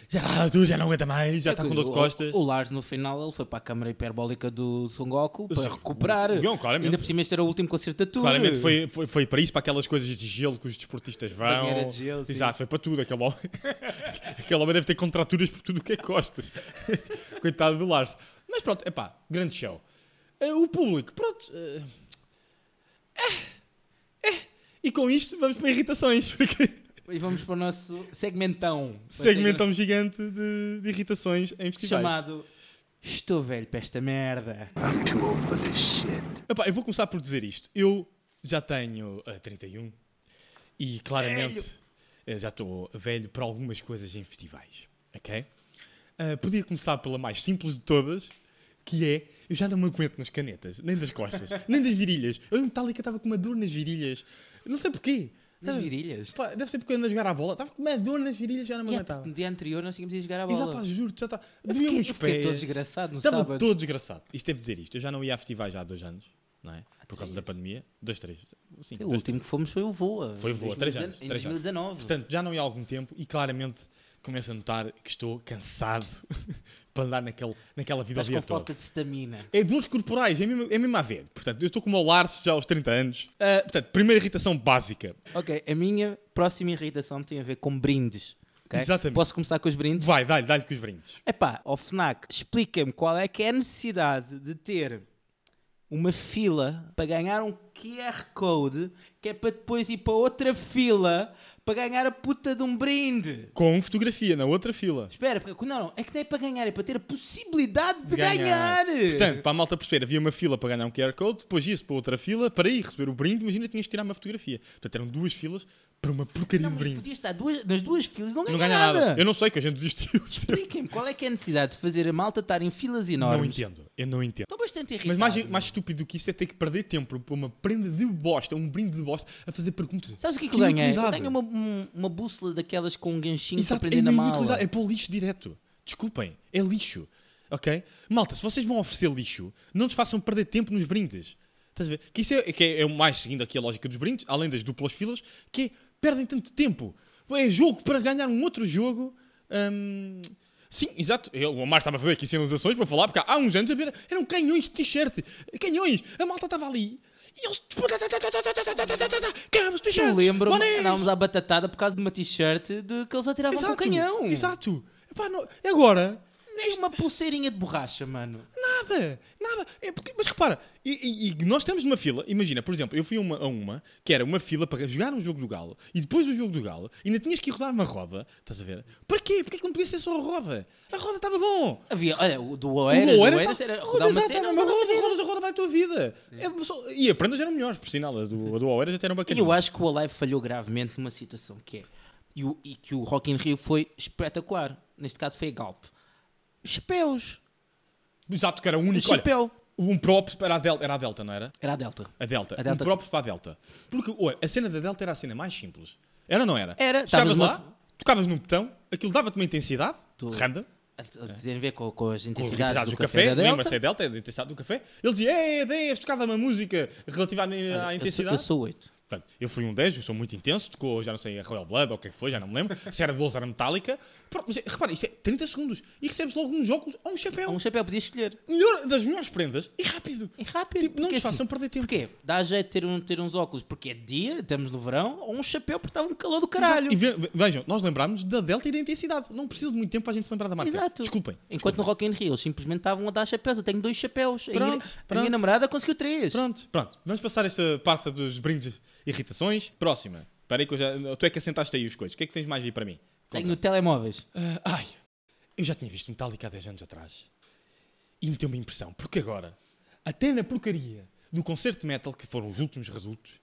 Já está tu, já não aguenta mais, já está com dor de É O- costas. O, Lars, no final, ele foi para a câmara hiperbólica do Son Goku para sei, recuperar. o- não, claramente. Ainda por cima, este era o último concerto da tour. Claramente foi, foi, foi para isso, para aquelas coisas de gelo que os desportistas vão. Banheira de gelo, sim. Exato, foi para tudo. Aquele homem, aquele homem deve ter contraturas por tudo o que é costas. Coitado do Lars. Mas pronto, epá, grande show. Eh, o público, pronto. eh, eh, eh. E com isto vamos para irritações, porque E vamos para o nosso segmentão. segmentão um gigante de, de irritações em festivais. Chamado Estou velho para esta merda. I'm too old for this shit. Epá, eu vou começar por dizer isto. Eu já tenho eh, 31 e claramente eh, já estou velho para algumas coisas em festivais, ok? Eh, podia começar pela mais simples de todas, que é eu já não me aguento nas canetas, nem das costas, nem das virilhas. Eu em Metallica estava com uma dor nas virilhas, não sei porquê. Nas Estava- virilhas. Pá, deve ser porque eu ando a jogar à bola. Estava com uma dor nas virilhas, já não me E é aguentava. porque no dia anterior nós tínhamos ido jogar a bola. Exato, pá, juro, já tá. está. Eu fiquei, eu fiquei todo desgraçado no Estava sábado. é todo desgraçado. Isto deve dizer isto. Eu já não ia a festivais já há dois anos, não é? Por causa da pandemia. Dois, três. Sim, Ah, O dois, último que fomos foi o Voa. Foi o em Voa, três 2019, anos, Em três anos. 2019. Portanto, já não ia há algum tempo e claramente começo a notar que estou cansado para andar naquele, naquela vida Estás o dia com todo. falta de estamina. É dores corporais, é mesmo, é mesmo a ver. Portanto, eu estou como o Lars já aos 30 anos. Ah, portanto, primeira irritação básica. Ok, a minha próxima irritação tem a ver com brindes. ok? Exatamente. Posso começar com os brindes? Vai, dá-lhe, dá-lhe com os brindes. Epá, ó FNAC, explica-me qual é que é a necessidade de ter uma fila para ganhar um QR Code que é para depois ir para outra fila para ganhar a puta de um brinde. Com fotografia na outra fila. Espera, porque, não, não, é que não é para ganhar, é para ter a possibilidade de ganhar. ganhar. Portanto, para a malta perceber, havia uma fila para ganhar um QR Code, depois ia-se para outra fila para ir receber o brinde, imagina tinhas que tirar uma fotografia. Portanto, eram duas filas para uma porcaria não, de mas brinde. podia estar duas- nas duas filas e não ganhar Não ganha nada. nada. Eu não sei que a gente desistiu. Expliquem-me qual é que é a necessidade de fazer a malta estar em filas enormes. não entendo. Eu não entendo. Estou bastante Mas irritado. mais, mais estúpido do que isso é ter que perder tempo para uma prenda de bosta, um brinde de bosta, a fazer perguntas. Sabes o que é que eu ganhei? Eu inutilidade. ganhei uma, um- uma bússola daquelas com um ganchinho Exato, para é prender na uma mala. inutilidade, É para o lixo direto. Desculpem, é lixo. Ok? Malta, se vocês vão oferecer lixo, não nos façam perder tempo nos brindes. Estás a ver? Que isso é, que é, é o mais seguindo aqui a lógica dos brindes, além das duplas filas, que é, perdem tanto tempo. É jogo para ganhar um outro jogo. hum, Sim, exato. Eu, o Amar estava a fazer aqui sinalizações para falar, porque há uns anos havia, eram canhões de t-shirt. Canhões! A malta estava ali. E eles. Cabos, t-shirts! Eu lembro-me bonés. andávamos à batatada por causa de uma t-shirt de que eles atiravam com o É canhão. é Exato. Epá, não- e agora? Uma pulseirinha de borracha, mano. Nada, nada. É porque- mas repara, e, e- e nós estamos numa fila, imagina, por exemplo, eu fui a uma, a uma que era uma fila para jogar um jogo do Galo e depois do jogo do Galo ainda tinhas que ir rodar uma roda, estás a ver? Para quê? Porque é que não podia ser só a roda? A roda estava bom. Havia, olha, o do O Oeiras, o Oeiras Oeiras tá- era Rodas, rodar uma exato, cena, era uma roda, cena. rodas, a roda vai a tua vida. É só- e a prendas eram melhores, por sinal, a do, a do Oeiras até eram E bacanas. eu acho que o Alive falhou gravemente numa situação que é. E, o- e que o Rock in Rio foi espetacular. Neste caso foi a Galp. Chapéus. Exato, que era o único. Olha, Chapéu. um props para a Delta, era a Delta, não era? Era a Delta. A Delta. A Delta. Um props para a Delta. Porque olha, a cena da Delta era a cena mais simples. Era ou não era? Era. Estavas Estavas lá, numa- tocavas num botão, aquilo dava-te uma intensidade, Tu- random, A- a- Tem a ver É. com, com as com as intensidades intensidades do, do café, assim, da lembra-se Delta. da Delta, é da intensidade do café. Ele dizia, é 10, tocava uma música relativa à, à Eu sou- intensidade. Eu sou oito. Portanto, eu fui um 10, eu sou muito intenso, tocou, já não sei, a Royal Blood ou o que é que foi, já não me lembro, se era 12 era Metallica. Pronto, mas é- repara, isto é 30 segundos e recebes logo uns óculos ou um chapéu. Um chapéu podia escolher. Melhor, das melhores prendas e rápido. E rápido. Tipo, não porque nos assim, façam perder tempo. Porquê? Dá jeito de ter, um, ter uns óculos porque é dia, estamos no verão, ou um chapéu porque estava um calor do caralho. E ve- ve- vejam, nós lembrámos da Delta e da intensidade. Não preciso de muito tempo para a gente se lembrar da marca. Exato. Desculpem. Enquanto no Rock in Rio eles simplesmente estavam a dar chapéus. Eu tenho dois chapéus. A minha- Pronto, a minha pronto. namorada conseguiu três. Pronto, pronto. Vamos passar esta parte dos brindes e irritações. Próxima. Espera aí que eu já... Tu é que assentaste aí os coisas. O que é que tens mais aí para mim? Conta. Tenho telemóveis. Ah, ai, eu já tinha visto Metallica há 10 anos atrás. E me deu uma impressão, porque agora, até na porcaria do concerto de metal, que foram os últimos resultados,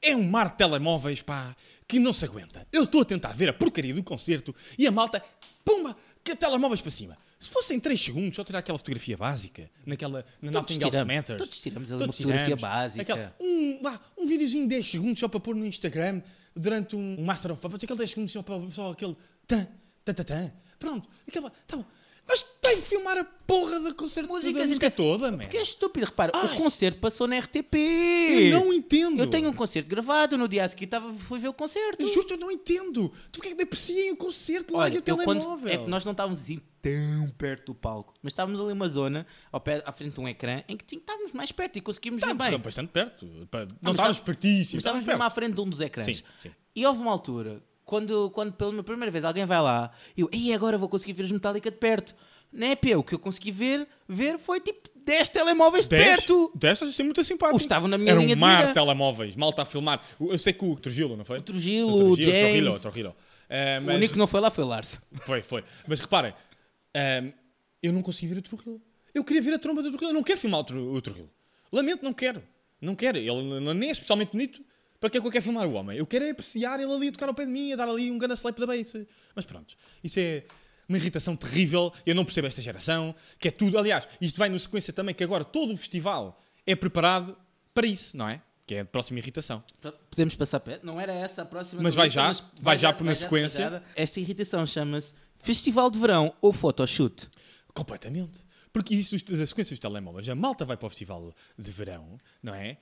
é um mar de telemóveis, pá, que não se aguenta. Eu estou a tentar ver a porcaria do concerto e a malta, pumba, que é telemóveis para cima. Se fossem 3 segundos, só tirar aquela fotografia básica, naquela, na Todos Nothing Else tiramos- Matters. todos tiramos ali uma Todos fotografia tiramos. básica. Aquela- um, vá, um videozinho de 10 segundos só para pôr no Instagram durante um, um Master of Puppets, aquele 10 segundos só para só aquele tan, tan, tan, tan. Pronto, aquela, tá bom. Mas tem que filmar a porra da concerto Músicas da música inter- toda, man. Porque é estúpido, repara, o Ai. concerto passou na RTP. Eu não entendo. Eu tenho um concerto gravado, no dia a seguir tava, fui ver o concerto. Eu juro que eu não entendo. Tu que é que apreciem o concerto? Larguem o eu quando- telemóvel. é que nós não estávamos assim tão perto do palco, mas estávamos ali numa zona ao pé, à frente de um ecrã em que tinha- estávamos mais perto e conseguimos Estávamos ver bem. bastante perto. pá, mas Tá Não estávamos está- pertíssimos. Mas estávamos mesmo à frente de um dos ecrãs. Sim, sim. E houve uma altura, quando, quando pela primeira vez alguém vai lá, eu, ei, agora vou conseguir ver os Metallica de perto. Não é, Pê? O que eu consegui ver, ver foi tipo 10 telemóveis de perto. Destas assim muito simpático. Os estavam na minha Era linha um de mar mira. de telemóveis. Mal está a filmar. O- Eu sei que o Trujillo, não foi? O Trujillo, o Trujillo, James. o Trujillo. Eh, O mas- único que não foi lá foi o Lars. Foi, foi. Mas reparem, ahm, eu não consegui ver o Trujillo. Eu queria ver a tromba do Trujillo. Eu não quero filmar o, Tru- o Trujillo. Lamento, não quero. Não quero. Ele n- nem é especialmente bonito. Para que é que eu quero filmar o homem? Eu quero é apreciar ele ali a tocar ao pé de mim, a dar ali um grande slap da base. Mas pronto, isso é uma irritação terrível. Eu não percebo esta geração, que é tudo. Aliás, isto vai na sequência também, que agora todo o festival é preparado para isso, não é? Que é a próxima irritação. Podemos passar perto? Não era essa a próxima. da Mas vai lista, já, mas vai já por na sequência. já. Esta irritação chama-se Festival de Verão ou Photoshoot. Completamente. Porque isso, os- as sequências dos telemóveis, a malta vai para o festival de verão, não é?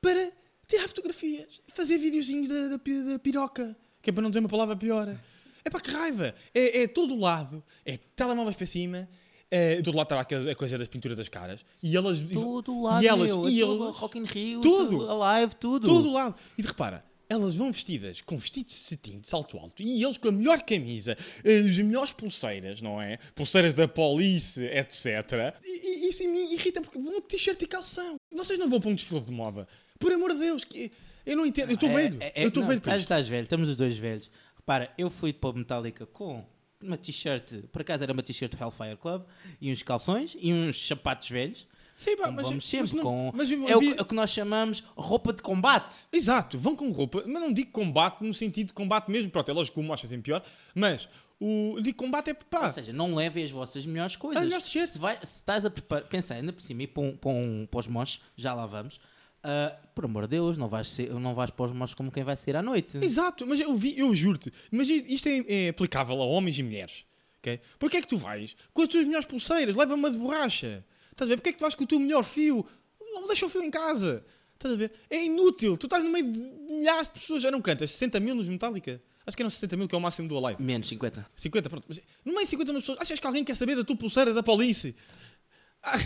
Para tirar fotografias, fazer videozinhos da, da, pi- da piroca, que é para não dizer uma palavra pior. É para que raiva! É, é todo o lado, é telemóveis para cima, é, do outro lado estava a coisa- a coisa das pinturas das caras, e elas. e- Todo lado, e elas, meu, e é todo eles- Rock in Rio, Tudo. tudo, a live, tudo. todo lado. E de- repara, elas vão vestidas com vestidos de cetim, de salto alto, e eles com a melhor camisa, eh, as melhores pulseiras, não é? Pulseiras da Police, etc. E, e isso em mim irrita, porque vão de t-shirt e calção. Vocês não vão para um desfile de moda. Por amor de Deus, que... eu não entendo. eu estou É- velho. é- é- eu estou não, velho para estás- isto. Estás velho, estamos os dois velhos. Repara, eu fui para o Metallica com uma t-shirt, por acaso era uma t-shirt do Hellfire Club, e uns calções, e uns sapatos velhos. Sim, pá, Como mas, vamos mas, sempre não- com... mas eu é o, vi- que- o que nós chamamos roupa de combate. Exato, vão com roupa, mas não digo combate no sentido de combate mesmo. Pronto, é lógico que o mocha é sempre pior, mas o digo combate é pá. Ou seja, não levem as vossas melhores coisas. As Ah, melhores t-shirts. se, vai- se estás a preparar, pensa ainda por cima e para, um, para, um- para os moches, já lá vamos. Ah, por amor de Deus, não vais, ser- não vais para os moches como quem vai sair à noite. Exato, mas eu vi, eu juro-te. Mas i- isto é, é aplicável a homens e mulheres. ok? Porquê é que tu vais com as tuas melhores pulseiras? Leva uma de borracha. Estás a ver? Porquê é que tu vais com o teu melhor fio? Não deixa o fio em casa. Estás a ver? É inútil. Tu estás no meio de milhares de pessoas. Eram cantas 60 mil nos Metallica. Acho que eram 60 mil, que é o máximo do Alive. Menos 50. 50, pronto. Mas no meio de 50 mil pessoas, achas que alguém quer saber da tua pulseira da polícia?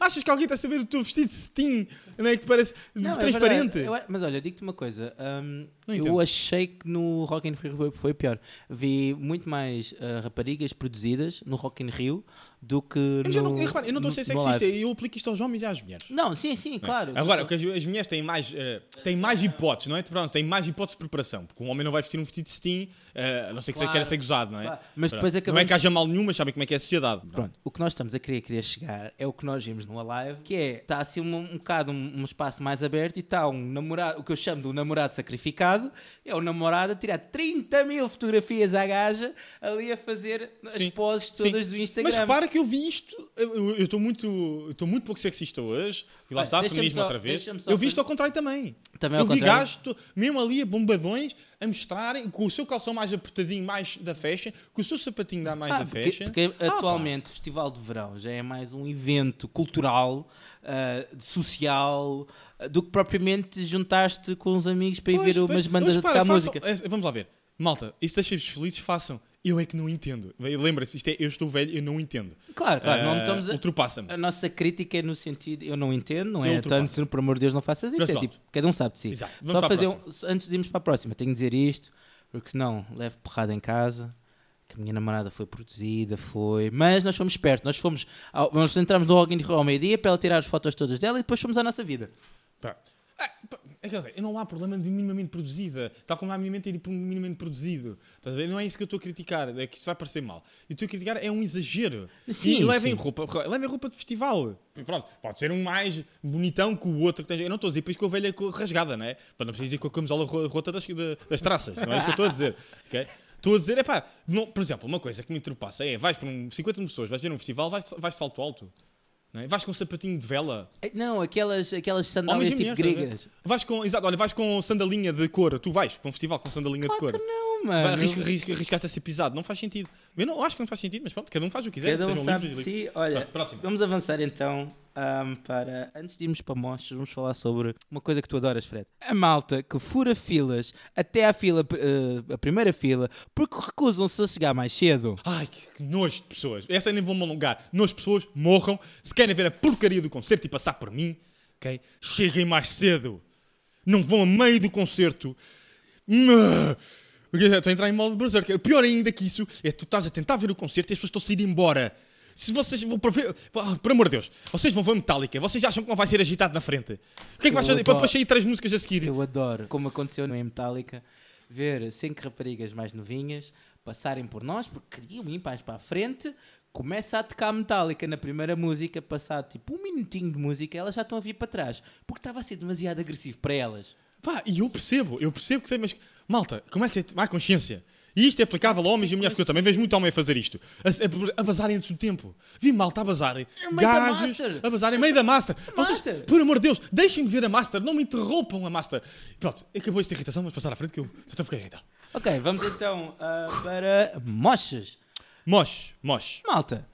Achas que alguém está a saber o teu vestido de cetim? Não é que parece Não, é transparente? verdade. Eu- mas olha, digo-te uma coisa. hum, Não eu entendo. achei que no Rock in Rio foi- foi pior. Vi muito mais ah, raparigas produzidas no Rock in Rio do que Eu no, já não, eu, repara, eu não estou a ser no- no sexista, é live. eu aplico isto aos homens e às mulheres. Não, sim, sim, claro. é? Agora, o que as, as mulheres têm mais, eh, têm mais hipóteses, não é? Pronto, têm mais hipóteses de preparação, porque um homem não vai vestir um vestido de cetim, eh, a não ser que Claro. queira ser gozado, não é? Claro. Mas Pronto. depois Não é acabamos- que haja mal nenhum, mas sabem como é que é a sociedade. Pronto, o que nós estamos a querer, querer chegar é o que nós vimos no live, que é, está assim um, um bocado um, um espaço mais aberto e está um namorado, o que eu chamo de um namorado sacrificado, é o namorado a tirar 30 mil fotografias à gaja ali a fazer as Sim, poses sim. todas do Instagram. Mas repara que eu vi isto, eu estou muito, eu tô muito pouco sexista hoje, e lá Olha, está, deixa-me feminismo só- outra vez. deixa-me só Eu vi isto fazer- ao contrário também. Também eu ao vi contrário. gajos, to- mesmo ali a bombadões, a mostrarem, com o seu calção mais apertadinho, mais da fashion, com o seu sapatinho dá mais Ah, da porque, fashion. porque Ah, pá. atualmente o Festival de Verão já é mais um evento cultural, ah, social, ah, do que propriamente juntar-te com os amigos para ir Pois, ver pois. umas bandas Mas a para, tocar façam- música. é, Vamos lá ver. Malta, isso deixa-vos felizes, façam. Eu é que não entendo. Lembra-se, isto é, eu estou velho, eu não entendo. Claro, claro, não Ah, estamos a, Ultrapassa-me. A nossa crítica é no sentido, eu não entendo, não Eu é? ultrapasso. Tanto, por amor de Deus, não faças isso. Mas É pronto. tipo, cada um sabe de si. Exato. Vamos Só para a fazer um, antes de irmos para a próxima, tenho que dizer isto, porque senão levo porrada em casa. Que a minha namorada foi produzida, foi. Mas nós fomos espertos, nós fomos. Ao, nós entramos no Login ao meio-dia para ela tirar as fotos todas dela e depois fomos à nossa vida. Pá. Ah, pá, é, quer dizer, não há problema de minimamente produzida, tal como não há minimamente ir para um minimamente produzido. Estás a ver? Não é isso que eu estou a criticar, é que isto vai parecer mal. E estou a criticar é um exagero. Sim, e levem sim. roupa, ro- levem roupa de festival. E pronto, pode ser um mais bonitão que o outro que tens. Eu não estou a dizer para isso com a velha co- rasgada, não é? Para não precisar dizer com a camisola ro- rota das, de- das traças, não é isso que eu estou a dizer. ok? Estou a dizer, é pá, não- por exemplo, uma coisa que me ultrapassa é: vais para um 50 pessoas, vais ver um festival, vais, vais de salto alto, não é? vais com um sapatinho de vela. Eh, Não, aquelas, aquelas Homens sandálias e tipo mulheres, estás a ver? gregas. é? Vais com, exato, olha, vais com sandalinha de cor, tu vais para um festival com sandalinha de Ah, Claro que cor. não, Vai, mano. arrisca- arrisca- Arriscaste a ser pisado, não faz sentido. Eu não acho que não faz sentido, mas pronto, cada um faz o que quiser. Cada um sejam sabe de livres, livres. si. Olha, Pronto, próximo. vamos avançar então ahm, para. Antes de irmos para mostras, vamos falar sobre uma coisa que tu adoras, Fred. A malta que fura filas até à fila, eh, a primeira fila, porque recusam-se a chegar mais cedo. Ai, que nojo de pessoas. Essa eu nem vou-me alongar. Nojo de pessoas, morram. Se querem ver a porcaria do concerto e passar por mim, ok? Cheguem mais cedo. Não vão a meio do concerto. Mua! Eu já Estou a entrar em modo de berserker. Pior ainda que isso é tu estás a tentar ver o concerto e as pessoas estão a sair embora. Se vocês vão para ver. Ah, por amor de Deus, vocês vão ver Metallica, vocês acham que não vai ser agitado na frente. O que é que vais Eu fazer? Para adoro. depois sair três músicas a seguir. Eu adoro, como aconteceu no Metallica, ver cinco raparigas mais novinhas passarem por nós porque queriam ir mais para a frente. Começa a tocar Metallica na primeira música, passado tipo um minutinho de música, elas já estão a vir para trás porque estava a ser demasiado agressivo para elas. Pá, e eu percebo, eu percebo que sei, mas malta, começa a ter mais consciência. E isto é aplicável a homens e mulheres, porque eu também vejo muito homem a fazer isto. A, a, a bazarem antes do tempo. Vi malta a bazarem. É meio da Gajos Master. É a bazarem. Meio da master. Vocês, Master. por amor de Deus, deixem-me ver a master. Não me interrompam a master. Pronto, acabou esta irritação. Vamos passar à frente que eu já estou a ficar irritado. Ok, vamos então ah, para moches. Mosh, mosh. Malta,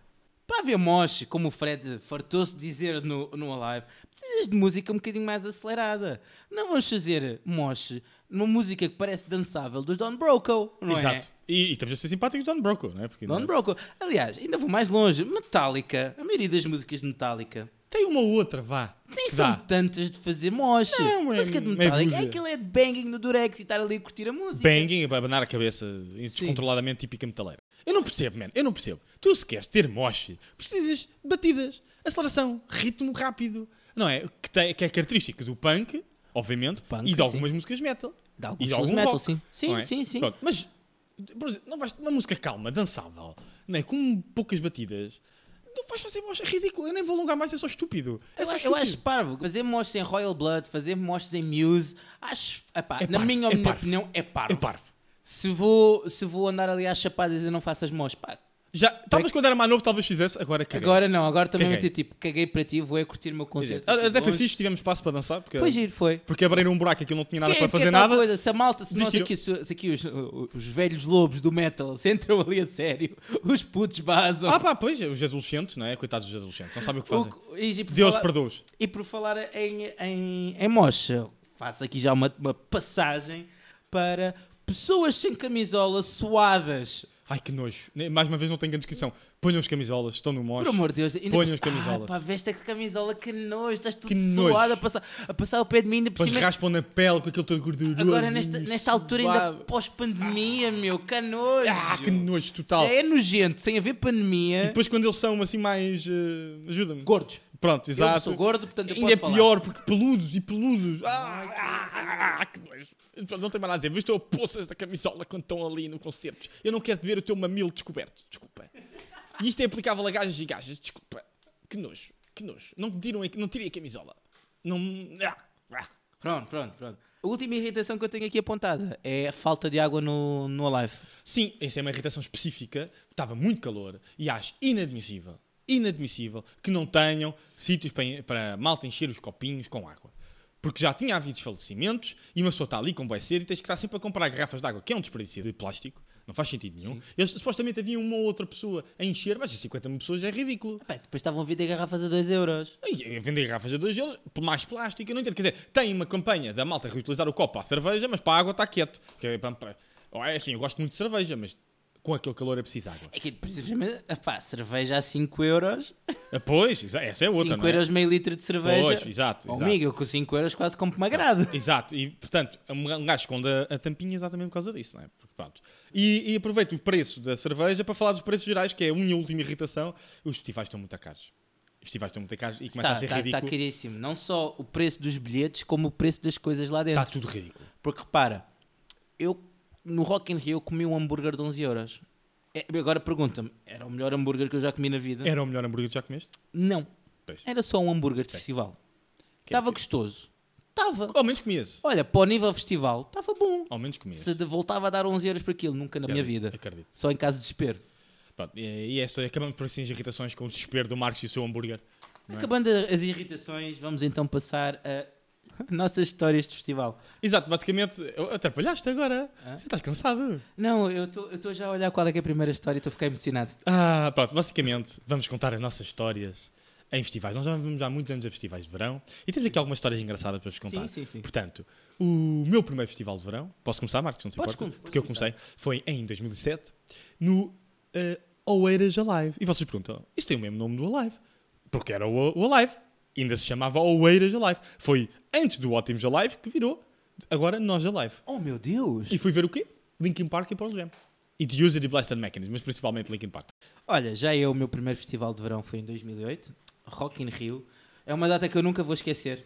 para haver moche, como o Fred fartou-se de dizer no, no Alive, precisas de música um bocadinho mais acelerada. Não vamos fazer moche numa música que parece dançável dos Don Broco, não Exato. é? E, e estamos a ser simpáticos Don Broco, não é? Porque Don não- Broco. Aliás, ainda vou mais longe. Metallica. A maioria das músicas de Metallica Tem uma ou outra, vá. nem que são dá. tantas de fazer moche. Não, é- música de é Metallica é blusa. aquele headbanging no Durex e estar ali a curtir a música. Banging, a abanar a cabeça descontroladamente, típica metaleira. Eu não percebo, man. Eu não percebo. Tu se queres ter moche, precisas de batidas, aceleração, ritmo rápido. Não é? Que, tem- que é característico do punk, obviamente, punk, e de sim. algumas músicas metal. De alguns e de sons algum metal, rock, sim. Sim, não é? sim, sim. Pronto, mas, por exemplo, não vais uma música calma, dançável, não é? com poucas batidas, não vais fazer moche. É ridículo. Eu nem vou alongar mais, é só estúpido. É Eu, só acho- eu estúpido. acho parvo. Fazer mostras em Royal Blood, fazer mostras em Muse, acho. epá, É na parvo, minha é opinião, parvo. opinião, é parvo. É parvo. Se, vou, se vou andar ali às chapadas e não faço as mãos, pá. Já, talvez quando era mais novo, talvez fizesse, agora caguei. Agora não, agora também vou Caguei. dizer tipo, caguei para ti, vou é curtir o meu concerto. Ah, Até Tipo, foi longe. fixe, tivemos espaço para dançar. Porque... Foi giro, foi. Porque abriram um buraco, aquilo não tinha nada Que- para que é fazer tal nada. Coisa, se a malta, se nós Desistiram. aqui, se, se aqui os, os velhos lobos do metal se entram ali a sério, os putos basam. Ah pá, pois, os adolescentes, não é? Coitados dos adolescentes, não sabem o que O fazem. que- e- e por Deus falar- perdoa-os. E por falar em, em, em mocha, faço aqui já uma, uma passagem para pessoas sem camisola suadas. Ai que nojo. Nem- Mais uma vez não tenho grande descrição. Ponham as camisolas, estão no mosh. Por amor de Deus, ainda Ponham por- as camisolas. Ah, pá, veste a camisola, que nojo, estás tudo Que nojo. suado a passar, a passar o pé de mim ainda por Depois cima. raspam na pele com aquele todo gorduroso. Agora, nesta, nesta altura, ainda suado. pós-pandemia, meu, que nojo. Ah, que nojo total. Já é nojento, sem haver E pandemia. depois quando eles são assim mais... eh, Ajuda-me. Gordos. Pronto, exato. Eu sou gordo, portanto eu Ainda é posso falar. pior, porque peludos e peludos. Ah, ah, ah, que nojo. Pronto, Não tenho mais nada a dizer. Viste a poças da camisola quando estão ali no concerto. Eu não quero ver o teu mamilo descoberto. Desculpa. E isto é aplicável a gajas e gajas. Desculpa. Que nojo. Que nojo. Não, tiram, a- não tirem a camisola. Não... ah, ah. Pronto, pronto, pronto. A última irritação que eu tenho aqui apontada é a falta de água no, no Alive. Sim, essa é uma irritação específica. Estava muito calor e acho inadmissível, inadmissível que não tenham sítios para, para malta encher os copinhos com água. Porque já tinha havido falecimentos e uma pessoa está ali com bué sede e tens que estar sempre a comprar garrafas de água, que é um desperdício de plástico. Não faz sentido nenhum. Eles, supostamente havia uma ou outra pessoa a encher, mas 50 mil pessoas é ridículo. Pá, depois estavam a vender garrafas a 2 euros. E vender garrafas a 2 euros, mais plástico, eu não entendo. Quer dizer, tem uma campanha da malta reutilizar o copo à cerveja, mas para a água está quieto. Que é, pá, pá. Ou é assim, eu gosto muito de cerveja, mas com aquele calor é preciso água. É que, principalmente, pá, cerveja a 5 euros. Ah, Pois, exa- essa é outra, 5 não é? euros meio litro de cerveja. Pois, exato, Oh, exato. amigo, eu com 5 euros quase compro uma grade. Exato, e portanto, um ga- um gajo esconde a, a tampinha exatamente por causa disso, não é? Porque, pronto. E, e aproveito o preço da cerveja para falar dos preços gerais, que é a minha última irritação. Os festivais estão muito a caros. Os festivais estão muito a caros e começa Está, a ser está, está ridículo. Está Tá, caríssimo. Não só o preço dos bilhetes, como o preço das coisas lá dentro. tudo ridículo. Porque repara, eu no Rock in Rio comi um hambúrguer de 11 euros. É, agora pergunta-me, era o melhor hambúrguer que eu já comi na vida? Era o melhor hambúrguer que já comeste? Não. É. Pois. é Era só um hambúrguer de festival. Estava gostoso. Estava. Ao menos comias. Olha, para o nível festival, estava bom. Ao menos comias. Se de- voltava a dar 11 euros para aquilo, nunca na minha Acredito, vida. acredito. Só em caso de desespero. Pronto, e, e esta, acabamos por assim as irritações com o desespero do Marcos e o seu hambúrguer. é? Acabando as irritações, vamos então passar a nossas histórias de festival. Exato, basicamente, eu- atrapalhaste agora. Você estás cansado. Não, eu estou já a olhar qual é que é a primeira história e estou a ficar emocionado. Ah, pronto, basicamente vamos contar as nossas histórias em festivais. Nós já vamos há muitos anos a festivais de verão e temos aqui algumas histórias engraçadas para vos contar. sim, sim. Portanto, o meu primeiro festival de verão, posso começar, Marcos? Não te Podes importa? com- Porque eu podes comecei, foi em 2007, no eh, Oeiras Alive. E vocês perguntam, isto tem o mesmo nome do Alive? Porque era o, o Alive, ainda se chamava Oeiras Alive. Foi antes do Ótimos Alive que virou, agora Nós Alive. Oh meu Deus! E fui ver o quê? Linkin Park e Pearl Jam. E The User e Blasted Mechanism, mas principalmente Linkin Park. Olha, já eu, o meu primeiro festival de verão foi em 2008, Rock in Rio. É uma data que eu nunca vou esquecer.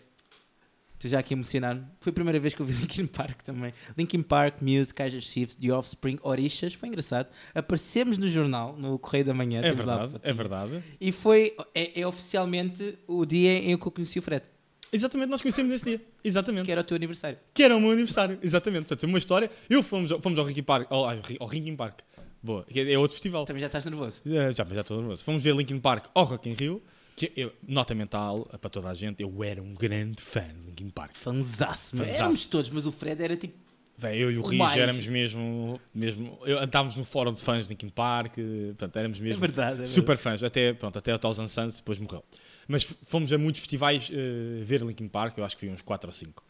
Estou já aqui a emocionar-me. Foi a primeira vez que eu vi Linkin Park também. Linkin Park, Muse, Kaiser Chiefs, The Offspring, Orixas. Foi engraçado. Aparecemos no jornal, no Correio da Manhã. É temos lá a verdade, foto. é verdade. E foi, é, é oficialmente o dia em que eu conheci o Fred, Exatamente, nós conhecemos nesse dia. Exatamente. que era o teu aniversário. Que era o meu aniversário. Exatamente. Portanto, é uma história. Eu fomos, ao- fomos ao Rinkin Park. Ao, ao, Ri- ao Rinkin Park. Boa. que É outro festival. Também já estás nervoso. Eh, Já, mas já estou nervoso. Fomos ver Linkin Park ao Rock in Rio. Que eu, nota mental eh, para toda a gente, eu era um grande fã de Linkin Park. Fanzaço, meu. Fanzaço. Éramos todos, mas o Fred era tipo... Véi, eu e o O Rijo mais. éramos mesmo. mesmo eu, andávamos no fórum de fãs de Linkin Park. eh, Portanto, éramos mesmo. verdade, é verdade. super fãs. Até, pronto, até o Thousand Suns depois morreu. Mas f- fomos a muitos festivais eh, ver Linkin Park. Eu acho que fui uns 4 ou 5.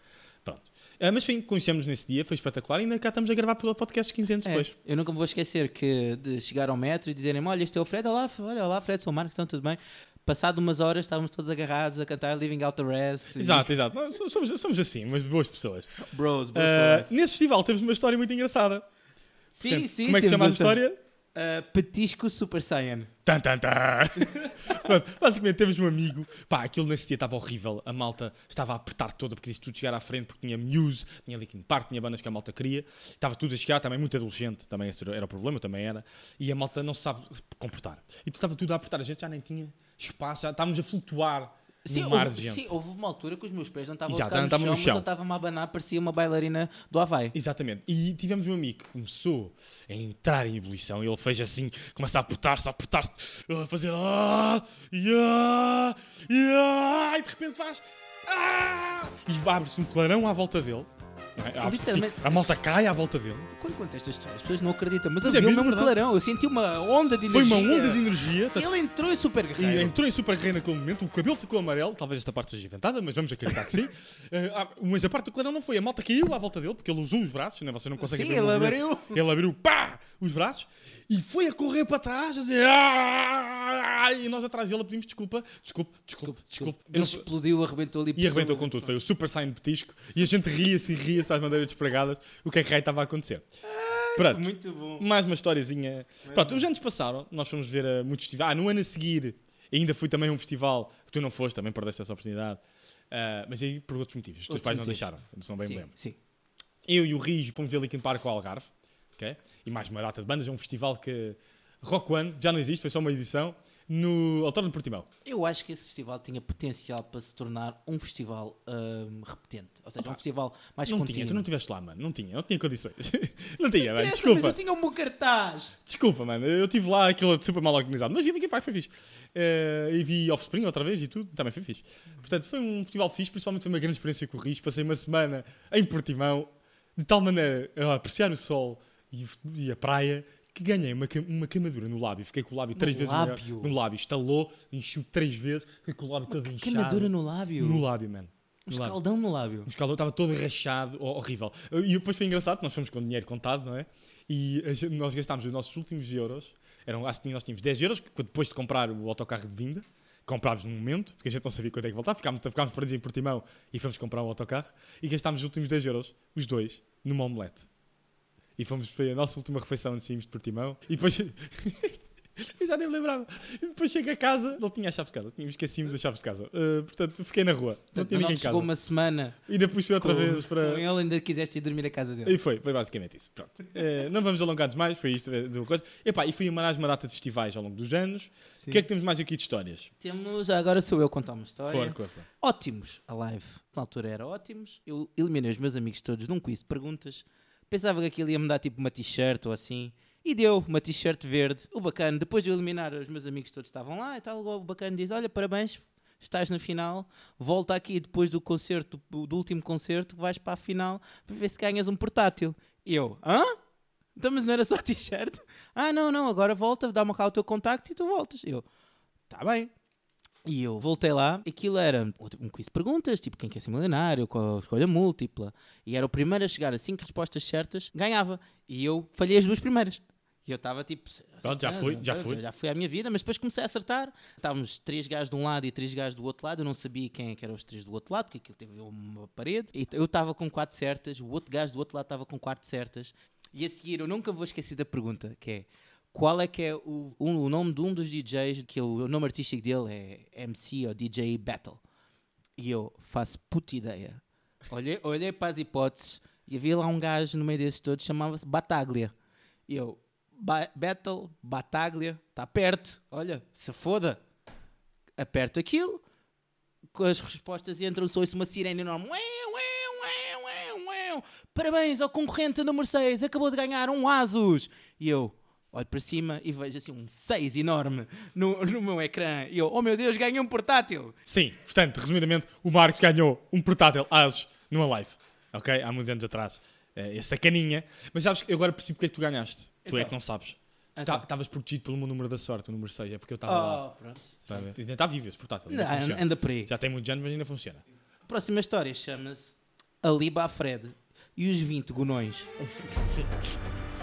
Pronto. Ah, mas sim, conhecemos nesse dia. Foi espetacular. E ainda cá estamos a gravar pelo podcast 15 anos É, depois. eu nunca me vou esquecer que de chegar ao metro e dizerem-me: Olha, este é o Fred, olá, F- olha, olá Fred, sou o Marcos, estão tudo bem? Passado umas horas estávamos todos agarrados a cantar Living Out the Rest. e- Exato, exato. Nós so- somos, somos assim, mas boas pessoas. Bros, bros. Ah, bros. nesse festival temos uma história muito engraçada. sim, Portanto, sim, como é que se chama a temos outra. história? Ah, Petisco Super Saiyan. Tan, tan, tan. Pronto, basicamente temos um amigo. Pá, aquilo nesse dia estava horrível. A malta estava a apertar toda porque queria tudo chegar à frente, porque tinha Muse, tinha Linkin Park, tinha bandas que a malta queria. Estava tudo a chegar, também muito adolescente, também esse era o problema, eu também era. E a malta não se sabe comportar. E tu estava tudo a apertar, a gente já nem tinha espaço, já estávamos a flutuar Sim no mar de houve, gente. sim, houve uma altura que os meus pés não estavam Exato, a não tocar estavam no no chão, mas chão. eu estava-me a abanar, parecia uma bailarina do Havaí. Exatamente. E tivemos um amigo que começou a entrar em ebulição e ele fez assim, começa a apertar-se, a apertar-se, a fazer. Ah, e, ah, e, ah, e de repente faz. Ah, e abre-se um clarão à volta dele não é? Há- Isto é sim, me- a malta cai à volta dele. Quando conto esta história, as pessoas não acreditam, mas, Mas é havia mesmo mesmo verdade. clarão. Eu senti uma onda de Foi energia. uma onda de energia. estás- Ele entrou em super E guerreiro. entrou em super rei naquele momento, o cabelo ficou amarelo, talvez esta parte seja inventada, mas vamos acreditar que sim. Eh, ah, mas a parte do clarão não foi, a malta caiu à volta dele, porque ele usou os braços, né? você não consegue Sim, ver o ele movimento. abriu. Ele abriu, pá, os braços e foi a correr para trás, a dizer. "Ah!" E nós atrás dele a pedimos desculpa, desculpa, desculpa, desculpa. Eu Ele não- explodiu, arrebentou ali. E arrebentou com tudo, foi o Super Saiyan Petisco e a gente ria-se e ria-se às bandeiras despregadas o que é que raio estava a acontecer. Pronto. Muito bom. Mais uma historiazinha. Pronto, os anos passaram, nós fomos ver a muitos festivais. Ah, no ano a seguir ainda fui também a um festival que tu não foste, também perdeste essa oportunidade. Ah, mas aí por outros motivos. Os teus Outros pais motivos. não deixaram, se não bem me Sim, lembro. sim. Eu e o Rijo fomos ver Linkin Park ao Algarve, ok? E mais uma data de bandas, é um festival que Rock One já não existe, foi só uma edição, no Autódromo de Portimão. Eu acho que esse festival tinha potencial para se tornar um festival hum, repetente. Ou seja, um festival mais Não contínuo. tinha, tu não estiveste lá, mano. Não tinha, não tinha condições. não tinha, mano. Interessa, Desculpa. Mas eu tinha um bom cartaz. Desculpa, mano. Eu estive lá, aquilo super mal organizado. Mas vi Linkin Park, foi fixe. Eh, e vi Offspring outra vez e tudo, também foi fixe. Portanto, foi um festival fixe, principalmente foi uma grande experiência com o Riz. Passei uma semana em Portimão, de tal maneira a apreciar o sol e, o- e a praia, que ganhei uma, ca- uma queimadura no lábio. Fiquei com o lábio três vezes maior. lábio? No lábio. Estalou, encheu três vezes, fiquei com o lábio todo inchado. Queimadura no lábio. No lábio, mano. Um No lábio. escaldão no lábio. O escaldão estava todo rachado, ho- horrível. E depois foi engraçado, nós fomos com dinheiro contado, não é? E a gente- nós gastámos os nossos últimos euros, eram, acho que nós tínhamos 10 euros, que depois de comprar o autocarro de vinda, comprámos no momento, porque a gente não sabia quando é que voltava, ficámos, ficámos perdidos em Portimão e fomos comprar o autocarro, e gastámos os últimos 10 euros, os dois, numa omelete. E fomos, foi a nossa última refeição antes de saímos de Portimão, e depois... Eu já nem me lembrava. E depois chego a casa, não tinha as chaves de casa, tínhamos esquecíamos as chaves de casa. Ah, portanto, fiquei na rua. Não Portanto, Ronaldo tinha ninguém em casa. chegou uma semana E depois fui outra com, vez com para. ele, ainda quiseste ir dormir à casa dele. E foi, foi basicamente isso. Pronto. Eh, não vamos alongar-nos mais, foi isto eh, do coisa. Epá, e fui a mais uma data de festivais ao longo dos anos. O que é que temos mais aqui de histórias? Temos, agora sou eu a contar uma história. Fora, Costa. Ótimos, a live. Na altura era ótimos. Eu eliminei os meus amigos todos num quiz de perguntas. Pensava que aquilo ia me dar tipo uma t-shirt ou assim. E deu uma t-shirt verde. O bacana, depois de eu eliminar, os meus amigos todos estavam lá e tal. O bacana diz: Olha, parabéns, estás na final. Volta aqui depois do concerto, do último concerto, vais para a final para ver se ganhas um portátil. E eu: Hã? Então, mas não era só t-shirt? Ah, não, não, agora volta, dá-me cá o teu contacto e tu voltas. Eu: Tá bem. E eu voltei lá, aquilo era outro- um quiz de perguntas, tipo quem quer ser milionário, qual a escolha múltipla. E era o primeiro a chegar a cinco respostas certas, ganhava. E eu falhei as duas primeiras. E eu estava tipo. Pronto, já fui, já fui. Já fui à minha vida, mas depois comecei a acertar. Estávamos três gajos de um lado e três gajos do outro lado. Eu não sabia quem é que eram os três do outro lado, porque aquilo teve uma parede. E eu estava com quatro certas, o outro gajo do outro lado estava com quatro certas. E a seguir, eu nunca vou esquecer da pergunta, que é. Qual é que é o, um- o nome de um dos DJs, que é o, o nome artístico dele é MC ou DJ Battle? E eu faço puta ideia. Olhei, olhei para as hipóteses e havia lá um gajo no meio desses todos, chamava-se Bataglia. E eu, "Ba- Battle, Bataglia, está perto, olha, se foda. Aperto aquilo, com as respostas entram, sou isso uma sirene enorme. Ué, ué, ué, ué, ué. Parabéns ao concorrente número 6, acabou de ganhar um Asus. E eu olho para cima e vejo assim um 6 enorme no, no meu ecrã. E eu, oh meu Deus, ganhei um portátil. Sim, portanto, resumidamente, o Marcos ganhou um portátil ASUS numa live. Ok? Há muitos anos atrás. Eh, É sacaninha. Mas sabes que eu agora percebi porque é que tu ganhaste. Tu é que não sabes. Tu tá, Então. estavas protegido pelo meu número da sorte, o número 6, é porque eu estava lá. Oh, pronto. Tá a ver? Ainda está vivo esse portátil. ainda Não, an- funciona. anda por aí. Já tem muitos anos, mas ainda funciona. A próxima história chama-se Aliba à Fred e os 20 gonões.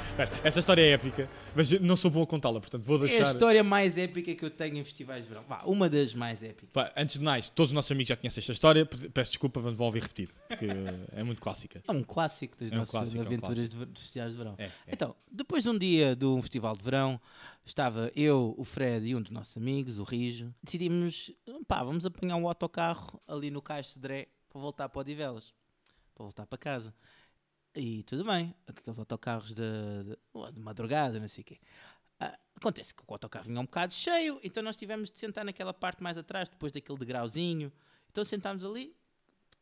Espera, Essa história é épica, mas eu não sou bom a contá-la, portanto vou É a deixar. história mais épica que eu tenho em festivais de verão. Vá, uma das mais épicas. Pá, antes de mais, todos os nossos amigos já conhecem esta história. pe- Peço desculpa, vamos vão ouvir repetido, porque eh, é muito clássica. É um clássico das um nossas clássico, é um aventuras clássico. de ver- dos festivais de verão. É, é. Então, depois de um dia de um festival de verão, estava eu, o Fred e um dos nossos amigos, o Rijo, decidimos, pá, vamos apanhar um autocarro ali no Cais de Sodré para voltar para Odivelas, para voltar para casa. E tudo bem, aqueles autocarros de, de- de madrugada, não sei o quê. Ah, acontece que o autocarro vinha um bocado cheio, então nós tivemos de sentar naquela parte mais atrás, depois daquele degrauzinho. Então sentámos ali,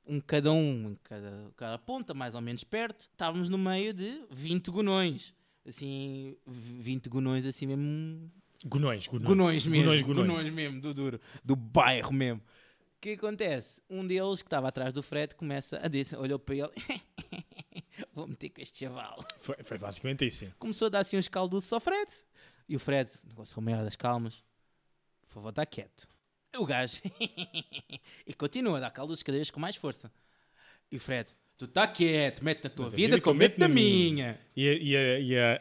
um cada um em cada, cada ponta, mais ou menos perto, estávamos no meio de 20 gonões. Assim, v- 20 gonões, assim mesmo. Gonões, gonões. Gonões mesmo. Gonões, Gonões, gonões. mesmo, do duro. Do bairro mesmo. O que acontece? Um deles que estava atrás do Fred começa a dizer, olhou para ele vou meter com este chaval. Foi, foi basicamente isso. sim. Começou a dar assim uns caldos ao Fred. E o Fred, negócio o maior das calmas, por favor, está quieto. O gajo. e continua a dar caldo das cadeiras com mais força. E o Fred, tu está quieto, mete na tua vida, como mete na minha. E, a- e a- e a-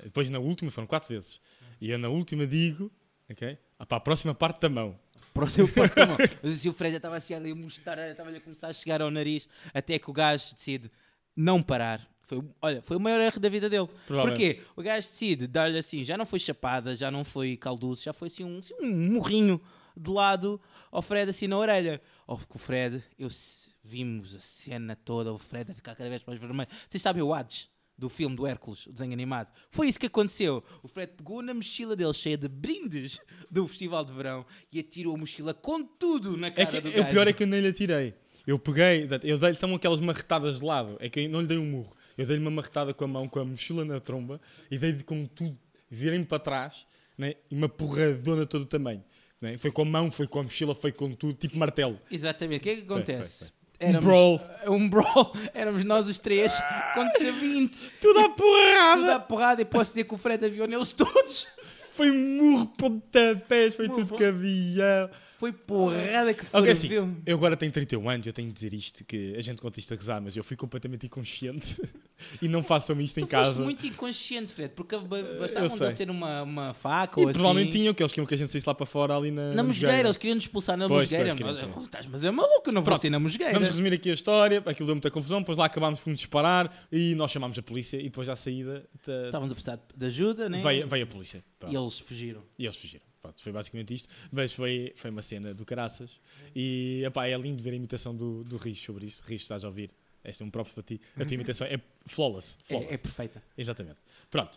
a- depois na última, foram quatro vezes. E eu na última digo, ok? Ah, para a próxima parte da mão. Próximo portão. Mas assim, o Fred já estava assim, ali a mostrar, estava a começar a chegar ao nariz, até que o gajo decide não parar. Foi, olha, foi o maior erro da vida dele. Provavelmente. Porquê? O gajo decide dar-lhe assim, já não foi chapada, já não foi calduço, já foi assim um, assim, um morrinho de lado ao Fred assim na orelha. Ó, que o Fred, eu se- vimos a cena toda, o Fred a ficar cada vez mais vermelho. Vocês sabem o Hades? Do filme do Hércules, o desenho animado. Foi isso que aconteceu. O Fred pegou na mochila dele cheia de brindes do Festival de Verão e atirou a mochila com tudo na É cara que, do é- gajo. o pior é que eu nem lhe atirei. Eu peguei, exato, eu dei-lhe são aquelas marretadas de lado. É que eu não lhe dei um murro. Eu dei-lhe uma marretada com a mão, com a mochila na tromba e dei-lhe com tudo, virei-me para trás né, e uma porradona de todo o tamanho. né. Foi com a mão, foi com a mochila, foi com tudo, tipo martelo. Exatamente. O que é que acontece? foi. Éramos- brawl. Um brawl. Éramos nós os três contra 20. Tudo à porrada! Tudo à porrada e posso dizer que o Fred aviou neles todos. Foi murro, pontapés, foi Murro. tudo cavião. Foi porrada que foi. um Ok, assim, eu agora tenho 31 anos, eu tenho de dizer isto, que a gente conta isto a rezar, mas eu fui completamente inconsciente e não façam isto em Tu casa. foste muito inconsciente, Fred, porque ba- eu bastava um sei. deles ter uma, uma faca E ou assim. provavelmente tinham, que eles queriam que a gente saísse lá para fora ali na, Na musgueira, eles queriam nos expulsar na Pois, musgueira. pois, Nós- queriam, queriam. Estás, mas é maluco, eu não vou Pronto, ser na musgueira. Vamos resumir aqui a história, aquilo deu muita confusão, depois lá acabámos por nos disparar e nós chamámos a polícia e depois à saída ta- Estávamos a precisar de ajuda, né? veio, veio a polícia. Pronto. E eles fugiram. E eles fugiram. Pronto, foi basicamente isto. Mas foi, foi uma cena do caraças. E epá, é lindo ver a imitação do, do Rijo sobre isto. Rijo, estás a ouvir? Este é um próprio para ti. A tua imitação é flawless. flawless. É, é perfeita. Exatamente. Pronto.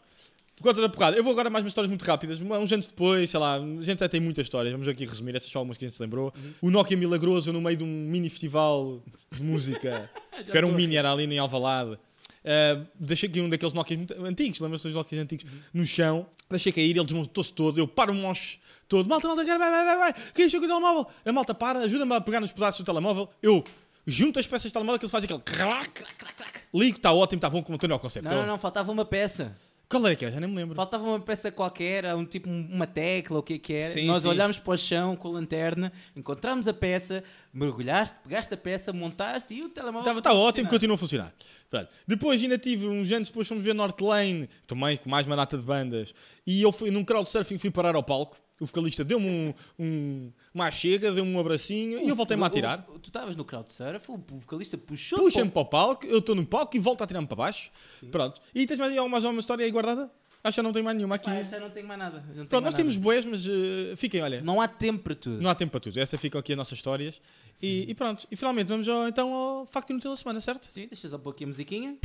Por conta da porrada, eu vou agora mais umas histórias muito rápidas. uma- Uns anos depois, sei lá, a gente até tem muitas histórias. Vamos aqui resumir, estas só algumas que a gente se lembrou. Uhum. O Nokia Milagroso, no meio de um mini festival de música, que era um mini, era ali em Alvalade. Ah, deixei cair um daqueles Nokias muito antigos, lembram-se dos Nokias antigos, Uhum. no chão. Deixei cair, ele desmontou-se todo. Eu paro o moche todo. Malta, malta, vai, vai, vai, vai. Quem achou que o telemóvel? A malta para, ajuda-me a pegar nos pedaços do telemóvel. Eu junto as peças do telemóvel que ele faz aquele crac, crac, crac, crac. Ligo, está ótimo, está bom, como estou ao conceito. Não, não, não, faltava uma peça. Qual era que era? Já nem me lembro. Faltava uma peça qualquer, um tipo uma tecla, o que é que era. Sim, Nós sim. olhámos para o chão com a lanterna, encontramos a peça, mergulhaste, pegaste a peça, montaste e o telemóvel. Estava tá ótimo, continua a funcionar. Pronto. Depois ainda tive uns anos depois fomos ver North Lane, também com mais uma data de bandas. E eu fui num crowdsurfing fui parar ao palco. O vocalista deu-me um, um, uma chega, deu-me um abracinho e eu voltei-me a tirar. Tu estavas no crowdsurf, o vocalista puxou Puxa-me para o palco, eu estou no palco e volto a tirar-me para baixo. Pronto. E tens mais aí alguma, alguma história aí guardada? Acho que não tem mais nenhuma aqui. Pá, já Ah, não tenho mais nada. já não tenho Pronto, mais nós temos nada. boas, mas eh, fiquem, olha. Não há tempo para tudo. Não há tempo para tudo. Essa ficam aqui as nossas histórias. E, e pronto. E finalmente vamos ao, então ao facto inútil da semana, certo? Sim, deixa só pôr aqui a musiquinha.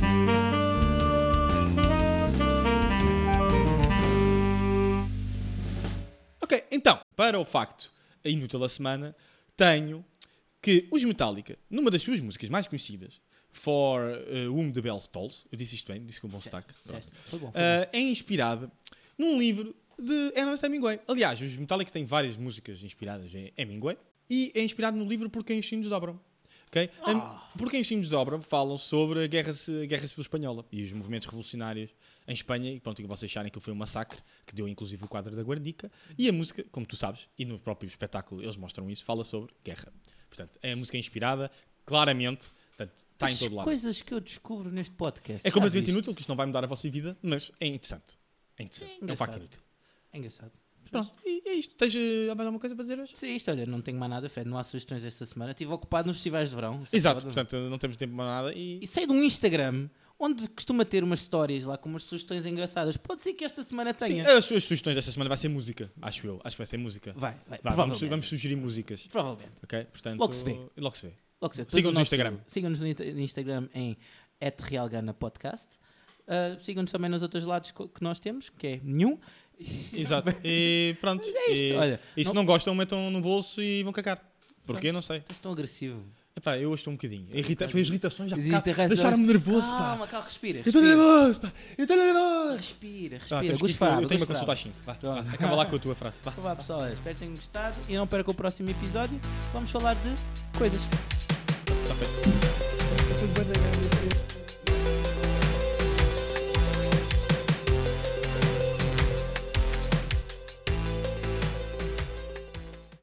Ok, então, para o facto inútil da semana, tenho que os Metallica, numa das suas músicas mais conhecidas, For uh, Whom the Bell Tolls, eu disse isto bem, disse com um bom sotaque, pronto, Disseste. Foi bom, foi bom. uh, é inspirada num livro de Ernest Hemingway. Aliás, os Metallica têm várias músicas inspiradas em Hemingway e é inspirado no livro Por Quem os Sinos Dobram. ok? Em- Por Quem os Sinos Dobram falam sobre a guerra, ci- a guerra Civil Espanhola e os movimentos revolucionários em Espanha e pronto, e vocês acharem que aquilo foi um massacre que deu inclusive o quadro da Guardica e a música, como tu sabes, e no próprio espetáculo eles mostram isso, fala sobre guerra. Portanto, é a música inspirada, claramente, portanto, está tá em As todo lado. coisas que eu descubro neste podcast. Ah, É já completamente viste? inútil, que isto não vai mudar a vossa vida, mas é interessante. É É interessante. É, um engraçado. facto inútil. É engraçado. Pronto, e é isto. Tens eh, mais alguma coisa para dizer hoje? Sim, isto, olha, não tenho mais nada, Fred. Não há sugestões esta semana. Estive ocupado nos festivais de verão. essa Exato, foda. portanto, não temos tempo para nada e. E sei de um Instagram onde costuma ter umas histórias lá com umas sugestões engraçadas. Pode ser que esta semana Sim, tenha. as suas sugestões desta semana vai ser música, acho eu. Acho que vai ser música. Vai, vai, Vá, vamos, provavelmente. vamos sugerir músicas. Provavelmente. Ok? Portanto, Logo se vê. Logo se vê. Logo se vê. Depois o Sigam-nos no nosso- Instagram. Sigam-nos no inter- no Instagram em @realganapodcast. Ah, sigam-nos também nos outros lados co- que nós temos, que é nenhum. Exato. E pronto. É isto, e, olha, e se não- não... gostam, metam no bolso e vão cagar. Porquê? Não sei. Estás tão agressivo. Epá, eu hoje estou um bocadinho. Irrita... Foi as irritações já Existe cá- razões. deixaram-me nervoso, pá. Calma, calma, respira. Eu estou respira. nervoso, pá. Eu estou nervoso. Respira, respira. Ah, temos que ir- Gustavo, eu tenho uma Gustavo. consulta às 5. Vá, vá. Pronto. Acaba lá com a tua frase. Vá. Então vá, pessoal, olha, espero que tenham gostado e não percam o próximo episódio. Vamos falar de coisas. Tá feito. Muito bem, bem, bem, bem.